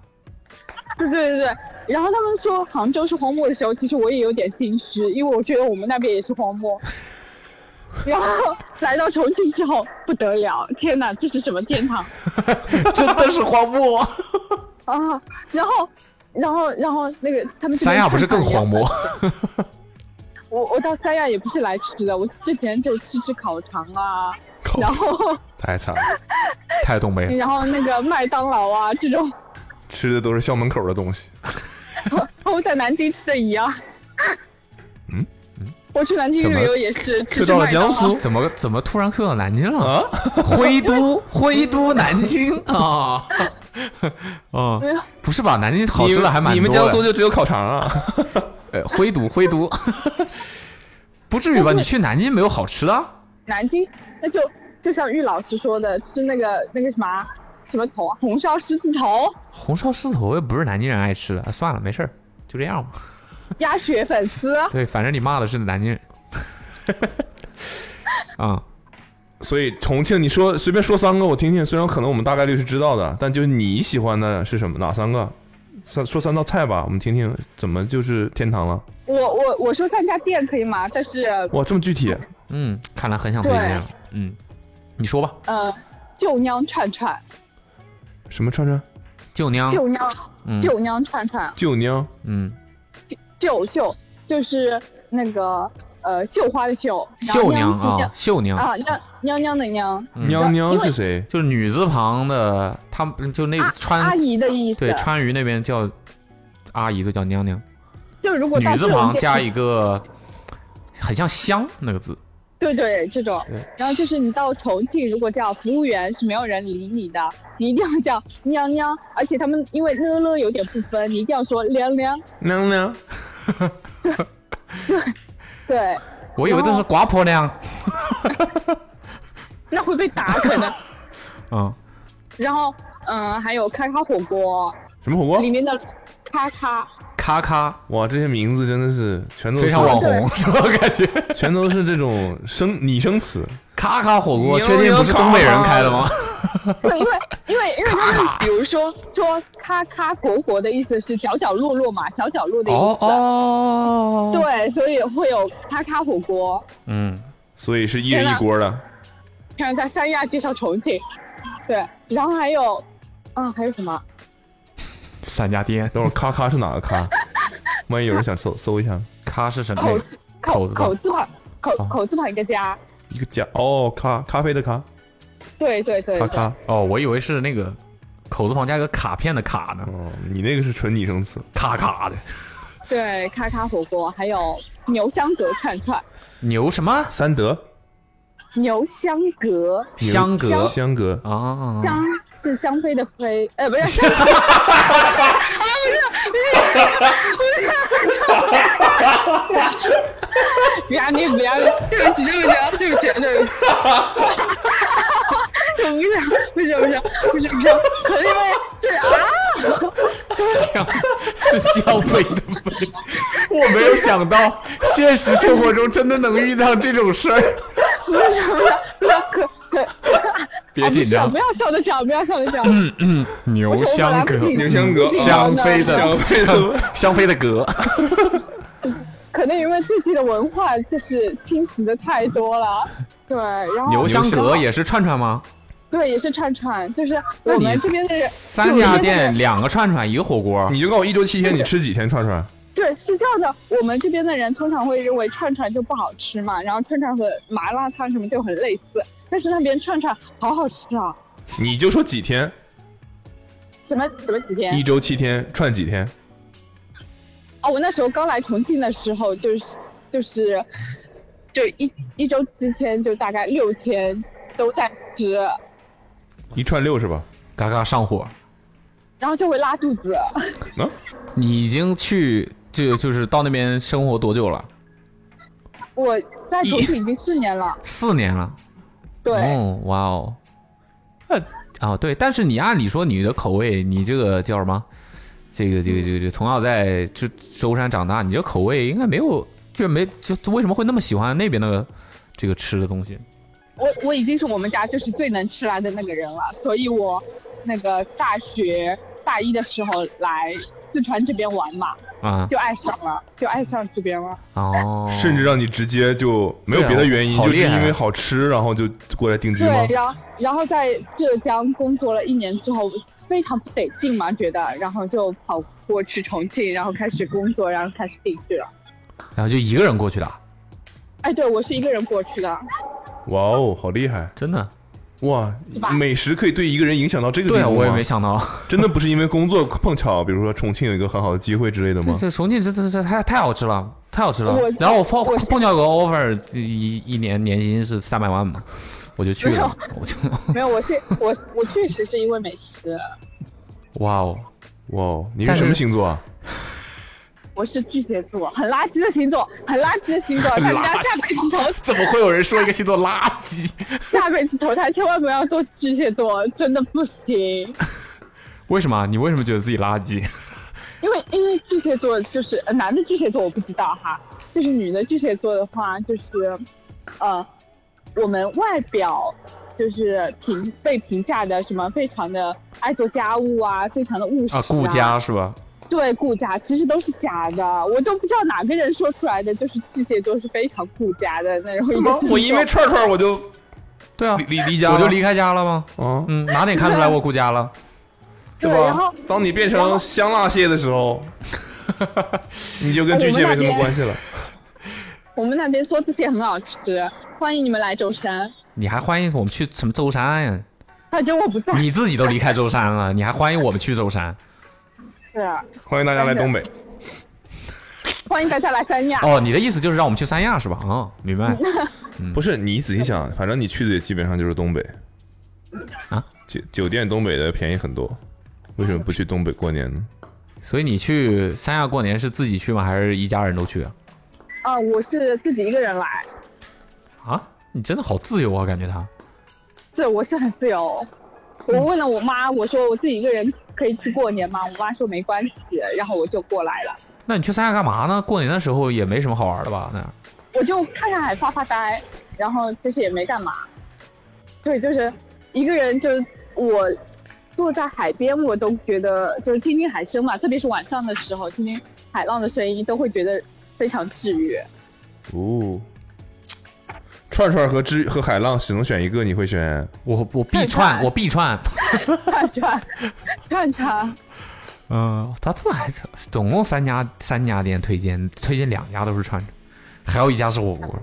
对对对对，然后他们说杭州是荒漠的时候，其实我也有点心虚，因为我觉得我们那边也是荒漠。 然后来到重庆之后不得了，天哪，这是什么天堂
真的是荒漠，
啊！然后，然后，然后那个他们 这边
三亚不是更荒漠？
我我到三亚也不是来吃的，我之前就吃吃烤肠啊，
烤
然 后
太惨了，
太东北了，
然后那个麦当劳啊这种，
吃的都是校门口的东西。
和哦我在南京吃的一样。
嗯
我去南京
怎么
旅游也是吃
到了
麦当劳
江苏
怎么怎么突然 Q 到南京了？ 徽 都，徽都南 京啊啊
没有！
不是吧？南京 好吃的还蛮多的。
你们江苏就只有烤肠啊？
呃，徽都，徽都， 不至于吧？你去南京没有好吃的？啊
南京，那就就像玉老师说的，吃那个那个什么啊什么头啊，红烧狮子头、
红烧狮子头又不是南京人爱吃的，算了，没事儿，就这样 吧。
鸭血粉丝，
对，反正你骂的是南京人。 啊、
所以重庆，你说随便说三个我听听，虽然可能我们大概率是知道的，但就是你喜欢的是什么？哪三个？三说三道菜吧，我们听听怎么就是天堂了。
我我我说三家店可以吗？但是
哇，这么具体，
嗯，看来很想推荐了。嗯，你说吧，
呃，舅娘串串，
啊
什么串串？
舅娘，
舅娘
嗯
舅娘串串，
舅娘
嗯，
舅舅就是那个呃绣花的绣，然后
秀娘
娘
啊，秀娘，
啊娘娘娘的娘，
嗯
娘娘
因为
是谁？
就是女字旁的，他们就那
啊
川、
阿姨的意思。
嗯对，川渝那边叫阿姨都叫娘娘，
就如果到
女
这
字
种
旁
店
加一个很像香那个字，
对对，这种
对。
然后就是你到重庆，如果叫服务员是没有人理你的，你一定要叫娘娘，而且他们因为了了有点不分，你一定要说娘娘。
娘娘，
对，
我以为这是瓜婆娘。
那会被打可能。
嗯，
然后，嗯，还有咔咔火锅
哦
什么火锅
里？面的咔咔，
咔咔
哇，这些名字真的是全都是
非常网红，是吧？感觉
全都是这种生拟声词。
咔咔火锅
娘
确定不是东北人开的 吗？
对，因为因为因为他们比如说说咔咔果果的意思是角角落落嘛，小角落的意思。
哦哦，
对，所以会有咔咔火锅。
嗯，
所以是一人一锅的。
看在三亚介绍重庆，对，然后还有，啊，还有什么？
三家店，
等会儿咔咔是哪个 咔？万一有人想搜搜一下，
咔是什么？
口字口
口字旁
口字旁，口
哦
口字旁一个加，
一个加哦，咖咖啡的咖，
对对对
咔
对，
咔。
哦，我以为是那个口字旁加一个卡片的卡呢，
哦，你那个是纯拟声词。
咔咔的
对咔咔火锅，还有牛香格串串，
牛什么
三德
牛香格
香格
香格
啊？
香是香妃的妃，呃，不是，不要你不要你，对不起对不起对不起对不起。不是不是不是不是不是，可是因为这啊，
消 是消费的费， 我没有想到现实生活中真的能遇到这种事儿。
不是不是不是，可可
别紧
啊
张
不，要不要笑得长，不要笑得长。嗯，
牛香阁，
宁香阁
香妃的啊
香妃的
香妃的 阁，
可能因为最近的文化就是侵蚀的太多了，对，然后
牛香阁也是串串吗？
对也是串串，就是
那
我
你
们这边的人
三家店两个串串，一个火锅。
你就告诉我一周七天你吃几天串串？
对是这样的，我们这边的人通常会认为串串就不好吃嘛，然后串串和麻辣烫什么就很类似，但是那边串串好好吃啊，
你就说几天，
什么什么几天
一周七天串几天？
哦，我那时候刚来重庆的时候，就是就是，就一一周七天，就大概六天都在吃，
一串六是吧？
嘎嘎上火，
然后就会拉肚子。
啊，
你已经去就就是到那边生活多久了？
我在重庆已经四年了，
四年了。
对，
哦，哇哦，呃，哦对，但是你按理说你的口味，你这个叫什么？这个这个这个这个，从小在这舟山长大，你这口味应该没有，就没就为什么会那么喜欢那边的这个吃的东西？
我我已经是我们家就是最能吃辣的那个人了，所以我那个大学大一的时候来四川这边玩嘛，
啊
就爱上了，就爱上这边了。
哦，
甚至让你直接就没有别的原因，
对啊好
就是
厉害啊
因为好吃，然后就过来定居
对
吗，？
然后然后在浙江工作了一年之后，非常不得劲嘛，觉得，然后就跑过去重庆，然后开始工作，然后开始定居了。
然后就一个人过去的，
哎，对我是一个人过去的，
哇哦，好厉害！
真的？
哇
是吧，
美食可以对一个人影响到这个地
对
步
啊，
吗
我 也没想到，
真的不是因为工作碰巧，比如说重庆有一个很好的机会之类的
这
吗？
这重庆这这这太太好吃了，太好吃了
我。
然后我碰
我
碰巧有个 offer，这一一年年薪是三百万嘛，我就去
没有
了，我就
没有，我是 我我确实是因为美食，
哇哦。
哇哦，你是
但是
什么星座啊？
我是巨蟹座，很垃圾的星座，很垃圾的星座，大家下辈子投
怎么会有人说一个星座垃圾？
下辈子投胎千万不要做巨蟹座，真的不 行。
为什么？你为什么觉得自己垃圾？
因为因为巨蟹座就是呃男的巨蟹座我不知道哈，就是女的巨蟹座的话就是，呃，我们外表就是评被评价的什么非常的爱做家务啊，非常的务实啊，
顾家是吧？
对顾家其实都是假的，我都不知道哪个人说出来的就是巨蟹座是非常顾家的那种。
怎么？我因为串串我就
对啊
离，离离家
我
了，
就离开家了吗？
啊，
嗯，哪点看出来我顾家了？
对，
吧？
然后
当你变成香辣蟹的 时候，你就跟巨蟹没什么关系了。
我们那边梭子蟹很好吃，欢迎你们来舟山。
你还欢迎我们去什么舟山呀？
反正我不在，
你自己都离开舟山了，你还欢迎我们去舟 山？
是
欢迎大家来东北，
欢迎大家来三亚。
哦，你的意思就是让我们去三亚是吧？哦，明 白。
不是你仔细
嗯
想，反正你去的也基本上就是东北
啊，
酒酒店东北的便宜很多，为什么不去东北过年呢？
所以你去三亚过年是自己去吗？还是一家人都去啊？
啊，我是自己一个人来，
啊，你真的好自由啊，感觉他。
对，我是很自由。我问了我妈，我说我自己一个人可以去过年吗？我妈说没关系，然后我就过来了，
那你去三亚干嘛呢？过年的时候也没什么好玩的吧？那儿
我就看看海发发呆，然后就是也没干嘛。对，就是一个人，就是我坐在海边，我都觉得就是听听海声嘛，特别是晚上的时候，听听海浪的声音，都会觉得非常治愈。
哦，串串和之和海浪只能选一个，你会选？
我我必串，我必串。
串串，串串，
嗯，他这还是总共三家三家店推荐，推荐两家都是串串，还有一家是火锅。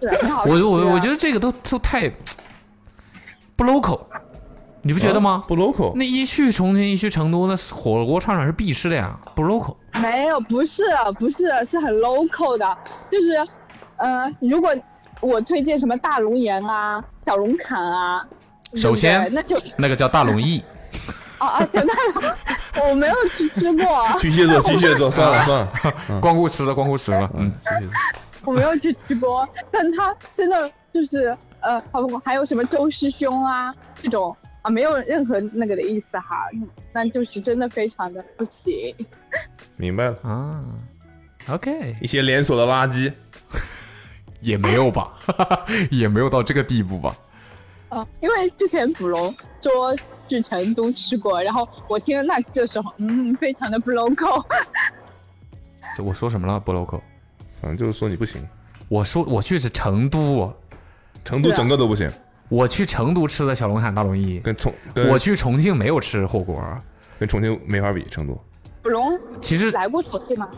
是很好吃啊、
我我我觉得这个都都太不 local，你嗯不觉得吗？
啊不 local，
那一去重庆，一去成都，那火锅串串是必吃的呀，不 local。
没有，不是，啊不是，是很 local 的，就是，呃，如果我推荐什么大龙岩啊、小龙坎啊，对
首
不对
先
那就
那个叫大龙燚，
啊啊，真的，我没有去吃过，
巨蟹 座，巨蟹座，算
啊
了算了，
光顾吃了，光顾吃了。嗯，
我没有去吃过，但它真的就是，呃，还有还有什么周师兄啊这种。啊、啊，没有任何那个的意思哈，嗯那就是真的非常的不行。
明白了，
啊，OK，
一些连锁的垃圾，
也没有吧， 也没有到这个地步吧。
啊，因为之前捕龙说去成都吃过，然后我听了那期的时候，嗯，非常的不 local。
这我说什么了，不 local？
反正就是说你不行，
我说我去是成都，
成都
对啊
整个都不行，
我去成都吃的小龙坎大龙燚，
跟重跟
我去重庆没有吃火锅。
跟重庆没法比，成都
捕龙
其实
来过重庆吗？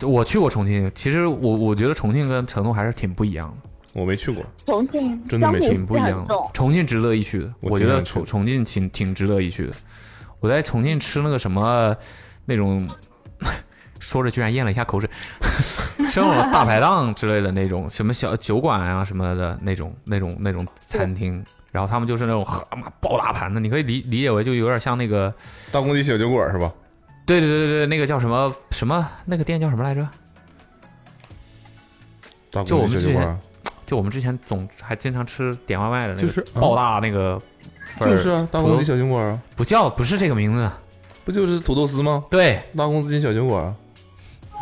我去过重庆，其实我我觉得重庆跟成都还是挺不一样的，
我没去过，
重庆
真的
江
没
湖
去
气
挺不一样
嗯很
的
重。。
重庆值得一去的，
我
我觉
挺
得
想去
重重庆挺挺值得一去的。我在重庆吃那个什么那种， 说着居然咽了一下口水， 这种大排档之类的那种什么小酒馆啊什么的那种那种那种餐厅，然后他们就是那种呵妈爆大盘的，你可以理理解为就有点像那个，
大公鸡小酒馆是吧？
对对对对对，那个叫什么什么那个店叫什么来着？
大
就我
公鸡
们
小
之
酒
前
馆啊，
就我们之前总还经常吃点外卖的那个，
就是啊
爆大那个粉儿，
就是啊，大
土
公
豆
鸡小酒馆啊，
不叫不是这个名字，
不就是土豆丝吗？
对，
大公鸡小酒馆啊，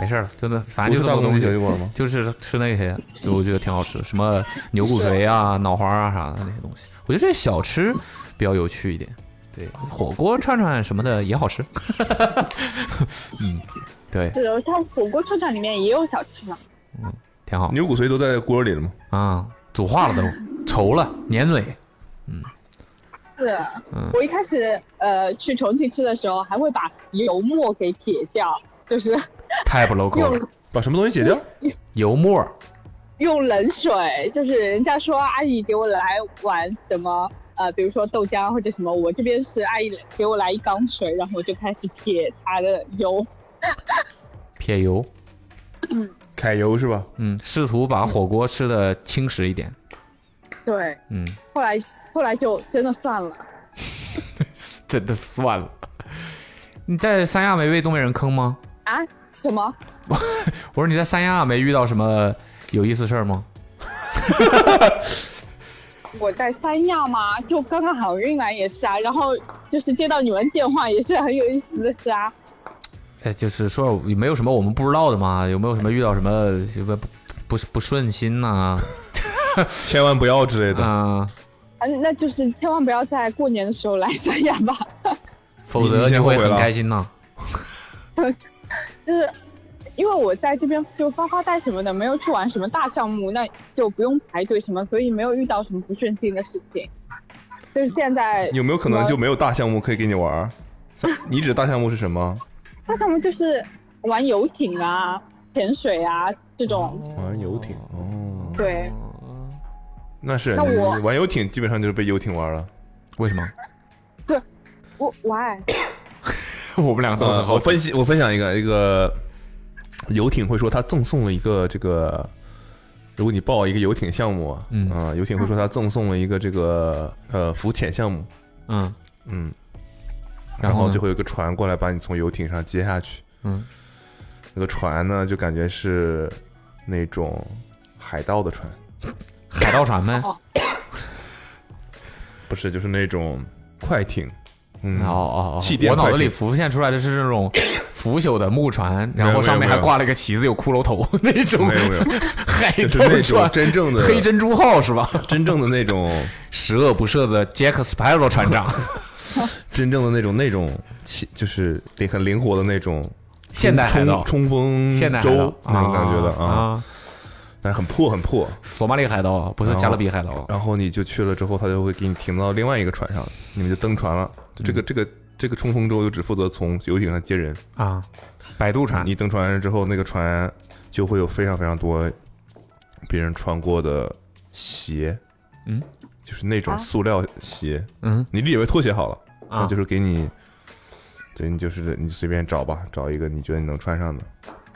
没事儿了，真的，反
不
正
是
就这
大
么
公
东
鸡小
西，
酒馆吗？
就是吃那些，就我觉得挺好吃，什么牛骨髓啊、脑花啊啥的那些东西，我觉得这些小吃比较有趣一点。对，火锅串串什么的也好吃。 嗯，对，
对的，它火锅串串里面也有小吃嘛。
挺好
牛骨髓都在锅里了吗？
啊，煮化了都，稠了，粘嘴。
对，
嗯
我一开始呃去重庆吃的时候，还会把油沫给撇掉，就是
太不 local 了
用。
把什么东西解
嗯
掉？
油沫儿，
用冷水，就是人家说阿姨给我来碗什么呃，比如说豆浆或者什么，我这边是阿姨给我来一缸水，然后我就开始撇她的油。
撇油。
揩油是吧？
嗯，试图把火锅吃的轻食一点。
对，
嗯，
后来后来就真的算了。
真的算了。你在三亚没被东北人坑吗？
啊？什么？
我说你在三亚没遇到什么有意思事儿吗？
我在三亚嘛，就刚刚好运来也是啊，然后就是接到你们电话也是很有意思的事啊。
哎，就是说有没有什么我们不知道的吗？有没有什么遇到什么什么不不不顺心呐、
千万不要之类
啊？
的。
啊，那就是千万不要在过年的时候来三亚吧，
否则你会很开心呐、
就是因为我在这边就发发呆什么的，没有去玩什么大项目，那就不用排队什么，所以没有遇到什么不顺心的事情。就是现在
有没有可能就没有大项目可以给你玩儿？三你指大项目是什么？
大项目就是玩游艇啊、潜水啊这种，
玩游艇哦，
对，
那是
那我
你玩游艇基本上就是被游艇玩了。
为什么？
我 why
我们两个都很
呃我
啊好奇。
分析，我分享一个一个游艇会说他赠送了一个这个，如果你报一个游艇项目啊，
嗯
啊游艇会说他赠送了一个这个呃浮潜项目，
嗯，
嗯，
然后呢
就会有一个船过来把你从游艇上接下去，
嗯，
那个船呢就感觉是那种海盗的船，
海盗船呗。
不是就是那种快艇，嗯，
哦哦
气
哦！
垫
我脑子里
快艇
浮现出来的是那种腐朽的木船，
有
然后上面
没有
还挂了一个旗子，有骷髅头那种
没有 没有，
海
就是
盗
那
船
种，真 正的
黑珍珠号是吧？
真正的那种
十恶不赦的杰克·斯派罗船长，
真正的那种那种气，就是灵很灵活的那种
现代海
冲
盗，
冲锋
现代海
舟
盗
那种感觉的
啊
啊，，但是很破很破。
索马里海盗不是加勒比海盗，
然后你就去了之后，他就会给你停到另外一个船上，你们就登船了。就这个这个这个冲锋舟就只负责从游艇上接人。
啊，摆渡船
你登船之后，那个船就会有非常非常多别人穿过的鞋，
嗯，
就是那种
啊
塑料鞋，
嗯，
你理解为拖鞋好了。那
啊
就，是给你，对你就是你随便找吧，找一个你觉得你能穿上的，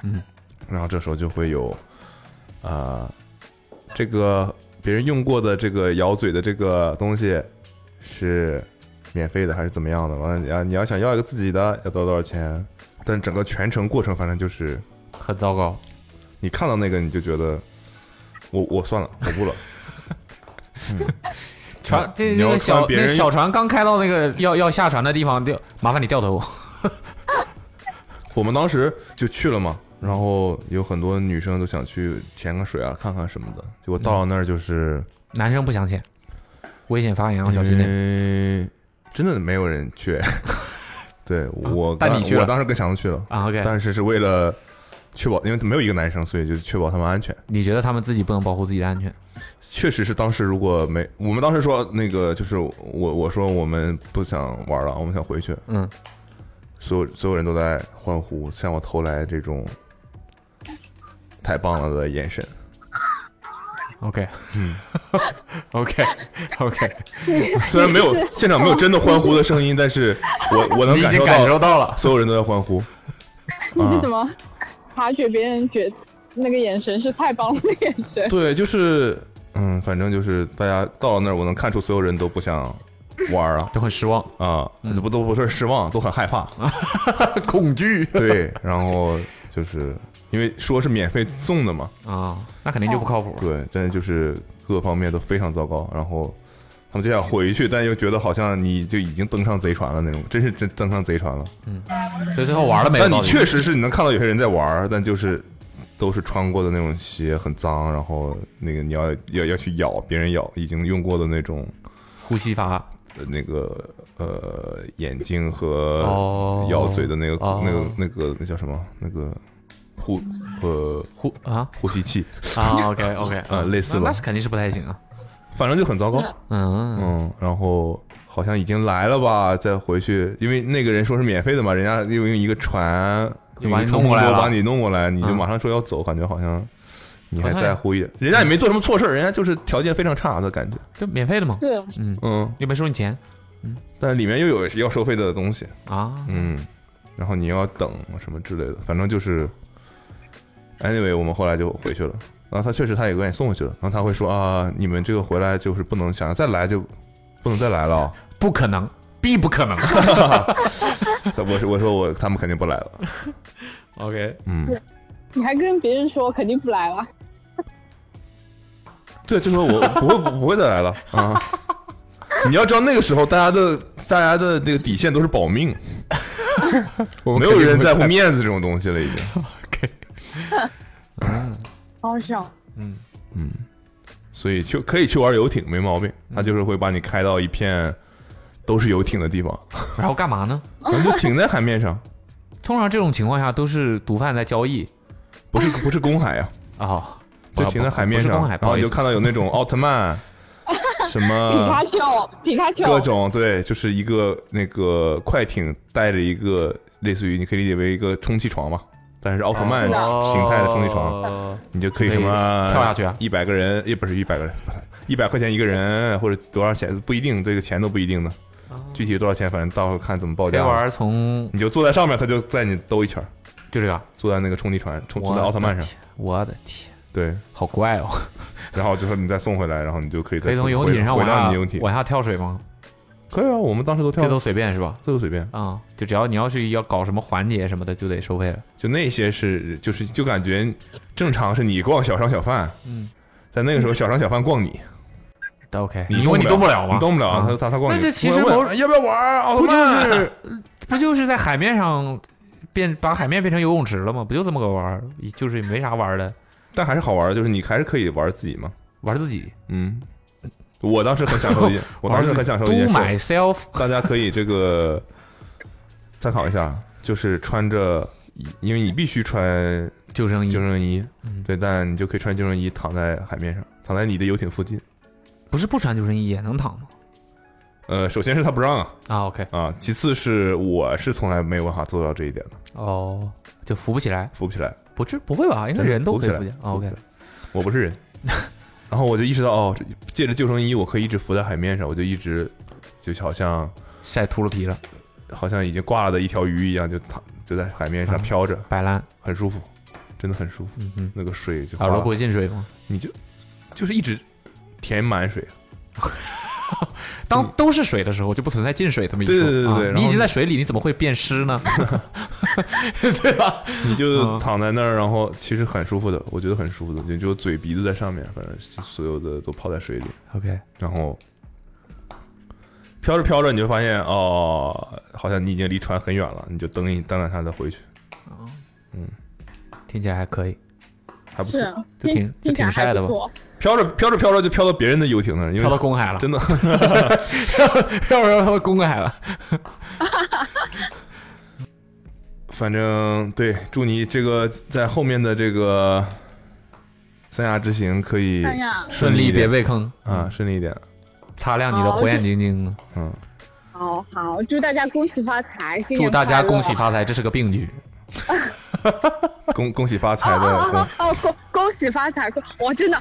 嗯，
然后这时候就会有，啊、这个别人用过的这个咬嘴的这个东西是免费的还是怎么样的？完了，你要你要想要一个自己的，要多少多少钱？但整个全程过程，反正就是
很糟糕，
你看到那个你就觉得，我我算了，我不了，
船这那
你要
个
看
小
别
那个
人
小船刚开到那个要要下船的地方，就麻烦你掉头。
我们当时就去了嘛，然后有很多女生都想去潜个水啊，看看什么的。结果到了那儿就是，
男生不想潜，危险发言啊，小心点。
嗯，真的没有人去。 对我
但
刚，
你去了
我当时跟强子去了，
啊，OK，
但是是为了确保，因为没有一个男生，所以就确保他们安全。
你觉得他们自己不能保护自己的安全？
确实是当时如果没我们当时说那个就是我我说我们不想玩了，我们想回去。
嗯，
所有所有人都在欢呼，向我投来这种太棒了的眼神。
OK，
嗯
，OK，OK，、
虽然没有现场没有真的欢呼的声音，但是我我能
你已
感
经
受
感
到
受到了。
所有人都在欢呼。
你是
啊
怎么察觉别人觉那个眼神是太棒了的眼神？
对，就是 嗯，反正就是大家到了那儿，我能看出所有人都不想 玩了
都很失望，
啊，不都不是失望，都很害怕。
恐惧
对，然后就是因为说是免费送的嘛，
啊，那肯定就不靠谱。
对，但是就是各方面都非常糟糕，然后他们就想回去，但又觉得好像你就已经登上贼船了那种，真是真登上贼船了。
所以最后玩了没有
但
到
你
底？
确实是你能看到有些人在玩儿，但就是都是穿过的那种鞋很脏，然后那个你要要要去咬别人咬已经用过的那种
呼吸法
呃那个呃眼睛和
哦
咬嘴的那个、
哦
那个那个那叫什么那个呼呃
呼啊
呼吸器，
啊，OK OK，
呃类似吧
那那是肯定是不太行啊。
反正就很糟糕。
嗯，
嗯，然后好像已经来了吧，再回去，因为那个人说是免费的嘛，人家 又用一个船
又
用
把
一个
你
冲
弄过来
波
了
把你弄过来，你就
嗯
马上说要走，感觉好像你还
好像
在乎一点，人家也没做什么错事儿，人家就是条件非常差的感觉，
就免费的嘛，
对，
嗯，
嗯，
又没收你钱
但里面又有要收费的东西，
啊。
嗯，然后你要等什么之类的，反正就是，anyway，我们后来就回去了。然后他确实他也把你送回去了，然后他会说啊，你们这个回来就是不能想要再来就不能再来了啊，
不可能，必不可能。
我说我说我他们肯定不来了，
OK，
嗯，
你还跟别人说肯定不来了，
对，就说我不会不会再来了啊。你要知道那个时候大家的大家的那个底线都是保命，没有人在乎面子这种东西了，已经。
OK，
好像
嗯，
嗯，所以去可以去玩游艇没毛病，
嗯
他就是会把你开到一片都是游艇的地方，
然后干嘛呢？
然后就停在海面上，
通常这种情况下都是毒贩在交易
不是不是公海呀、
啊，
就停在海面
哦不是
上，
公海
然
不好
后
意
你
思
就看到有那种奥特曼，什
皮
么
卡丘，皮卡丘，
各种对，就是一个那个快艇带着一个类似于你可以理解为一个充气床嘛，但是奥特曼
是的
形态的充气床，
哦
你就可以什么
跳下去啊
一百个人也不是一百个人， 一百块钱一个人或者多少钱不一定，这个钱都不一定的，具体多少钱反正到时候看怎么报
可以
价。
玩从
你就坐在上面，他就带你兜一圈儿，
就这个，
坐在那个充气船，充坐
我
在
的
奥 特曼上，
天我的天，
对，
好怪哦！
然后就是你再送回来，然后你就可以
可
再
以从
回
游艇上
回
往
到你
下
的游艇，
往下跳水吗？
可以啊，我们当时都跳
这
了，
都随便是吧？
这都随便。
啊，就只要你要是要搞什么环节什么的，就得收费了。
就那些是就是就感觉正常是你逛小商小贩，
嗯，
在那个时候小商小贩逛你，
OK，
你
因为你动
不
不了吗？
你动不了，
啊
他他他逛你。
那这其实
我问
某
要不要玩儿奥特
不就
曼？
是不就是在海面上变把海面变成游泳池了吗？不就这么个玩儿，就是也没啥玩儿的，
但还是好玩儿，就是你还是可以玩儿自己嘛。
玩自己。
嗯，我当时很享受 一件，我当时很享受一件
Do
事，
myself，
大家可以这个参考一下，就是穿着，因为你必须穿
救生衣
救生衣
嗯，
对，但你就可以穿救生衣躺在海面上，躺在你的游艇附近。
不是不穿救生衣也能躺吗？
呃，首先是他不让啊，
啊，OK，
啊，其次是我是从来没有办法做到这一点的，
哦，就扶不起来，
扶不起来，
不是不会吧？应该人都可以
扶
扶
不
起
起
来
来。
啊 OK，
我不是人。 然后我就意识到，哦，这借着救生衣，我可以一直浮在海面上，我就一直就好像
晒秃噜皮了，
好像已经挂了的一条鱼一样，就躺就在海面上
啊
飘着，
摆烂，
很舒服，真的很舒服。
嗯嗯，
那个水就哗
耳
啦
朵不会进水吗？
你就就是一直填 满水，
当都是水的时候，就不存在进水这么一说。
对对对对对
啊
然后
你已经在水里，你怎么会变湿呢？ 对吧？
你就
啊
躺在那儿，然后其实很舒服的，我觉得很舒服的，就就嘴鼻子在上面，反正所有的都泡在水里，
OK，
然后飘着飘着你就发现哦，好像你已经离船很远了，你就等一等两下再回去，
听起来还可以。
还不错。
是
就挺
听
就
听起来
挺晒
还
的
不
吧
错。
飘着飘着飘着就飘到别人的游艇那儿，因为
飘到公海了，
真的
飘飘飘公海了。
反正对，祝你这个在后面的这个三亚之行可以
三亚
顺利
一
别
点
被坑，
啊，顺利一点。
擦亮
啊
你的火眼金睛。
嗯，
好好，祝大家恭喜发财，新
祝
年
大家
快乐
恭喜！发财，这是个病句。
恭恭喜发 财
哦
的，
哦哦哦，恭恭喜发财！恭我真的，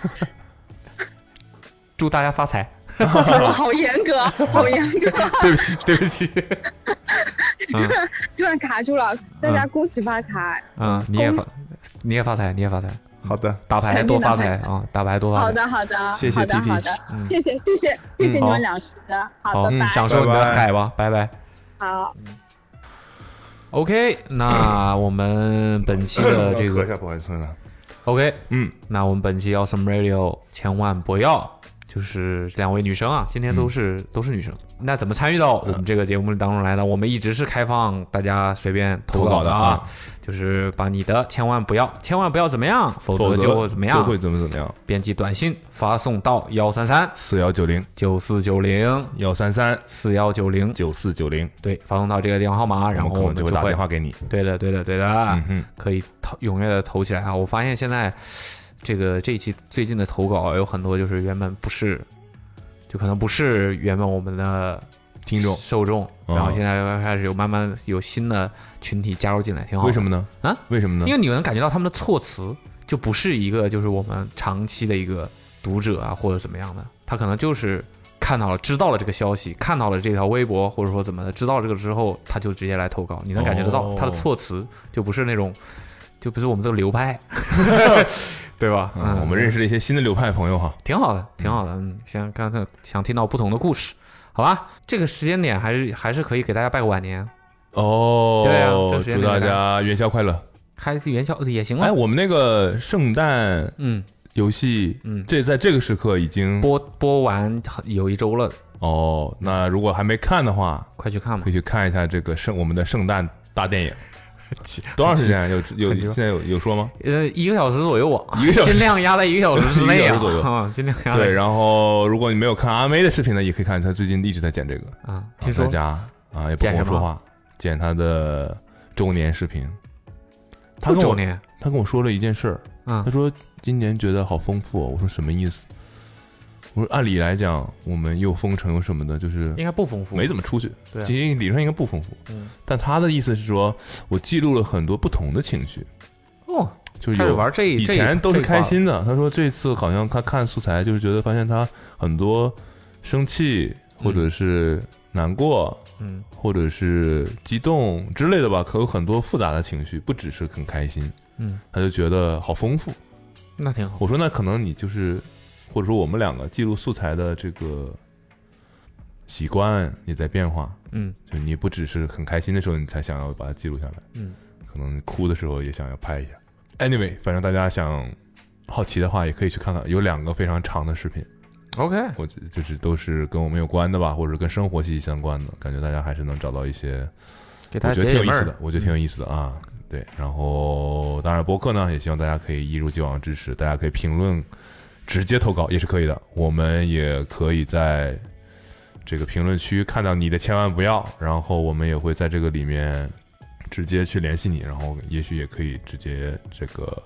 祝大家发 财。
好严格，好严格，
对不起，对不 起。
突然突然卡住了。大家恭喜发财！
嗯，你也发，你也发财，你也发财，
嗯好的，
打牌多发财啊，打牌多发
好
财。
的，好的，
谢谢
好的，
TT
好的，
嗯
谢谢，谢谢，谢谢你
好
们两只，好
好嗯
的，拜，
享受你
拜
的
拜
海吧，拜拜。
好，
OK，那我们本期 的这
咳
个
一下不好意思了。
OK，
嗯，
那我们本期 Awesome Radio 千万不要，就是两位女生啊，今天都是、
嗯
都是女生。那怎么参与到我们这个节目当中来呢？我们一直是开放大家随便投
投稿
的
的
啊
啊，
就是把你的千万不要，千万不要怎么样，否
否
则
则
就会怎么样
就？会怎么怎么样。
编辑短信发送到幺三三
四幺九零
九四九零
幺三三
四幺九零，
九四九零，
对，发送到这个电话号码，然
我
后
们可
我们
能就
会
会打电话给你。
对的，对的，对的，啊
嗯哼，
可以投踊跃的投起来啊！我发现现在这个这一期最近的投稿有很多就是原本不是，就可能不是原本我们的
听众，
受众，
哦
然后现在开始有慢慢有新的群体加入进来，挺好。
为什？么呢？
啊，
为什么呢
因？为你能感觉到他们的措辞就不是一个就是我们长期的一个读者啊或者怎么样的，他可能就是。看到了，知道了这个消息，看到了这条微博，或者说怎么的，知道这个之后，他就直接来投稿，你能感觉得到
哦
他的措辞就不是那种，就不是我们这个流 派，对吧？
嗯，我们认识了一些新的流派朋友哈。
挺好的，挺好的。嗯，想刚才想听到不同的故事，好吧？这个时间点还是还是可以给大家拜个晚年，
哦，
对啊这时间
祝大
点
家元宵快乐！
还是元宵也行
哎，
啊。
我们那个圣诞
嗯，
游戏，
嗯
这在这个时刻已经
播播完有一周了，
哦。那如果还没看的话，
快去看吧
可以。去看一下这个圣我们的圣诞大 电影。多长时间？啊有有
很奇怪
现在有有说吗？
呃，一个小时左右啊，
一个小时
尽量压在一个小时之内
一个
啊
小时左右
啊，尽量压在
对，然后如果你没有看阿妹的视频呢，也可以看，她最近一直在剪这个。
啊，听说
在家啊，也不
剪
跟我
什么
说话，剪她的周年视频。她
不
跟
周
我
年
她跟我说了一件事儿，
啊
她，说今年觉得好丰富、哦。我说什么意思？我说按理来讲，我们又封城又什么的，就是
应该不丰富，
没怎么出去，
对啊
其实理论上应该不丰富。
嗯
但她的意思是说，我记录了很多不同的情绪，
哦，
就是
开始
有
玩这
以
这
前都是
这一块
开心的。他说这次好像他看素材，就是觉得发现他很多生气或者是难过，
嗯，
或者是激动之类的吧，可有很多复杂的情绪，不只是很开心。
嗯，
他就觉得好丰富。
了，那挺好。
我说那可能你就是，或者说我们两个记录素材的这个习惯也在变化。
嗯，
就你不只是很开心的时候，你才想要把它记录下来，
嗯，
可能哭的时候也想要拍一下。Anyway，反正大家想好奇的话，也可以去看看，有两个非常长的视频，
OK，
我觉就是都是跟我们有关的吧，或者跟生活息息相关的，感觉大家还是能找到一些
给大
我
家
觉
解
得挺
解
有意
闷
思
儿
的。，我觉得挺有意思的啊。对，然后当然播客呢，也希望大家可以一如既往支持，大家可以评论，直接投稿也是可以的。我们也可以在这个评论区看到你的，千万不要。然后我们也会在这个里面直接去联系你，然后也许也可以直接这个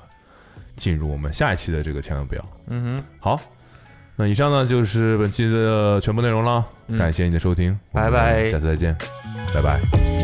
进入我们下一期的这个千万不要。
嗯
好，那以上呢就是本期的全部内容了，
嗯
感谢你的收听，我
拜
们
拜
下次再见，拜拜。
哼，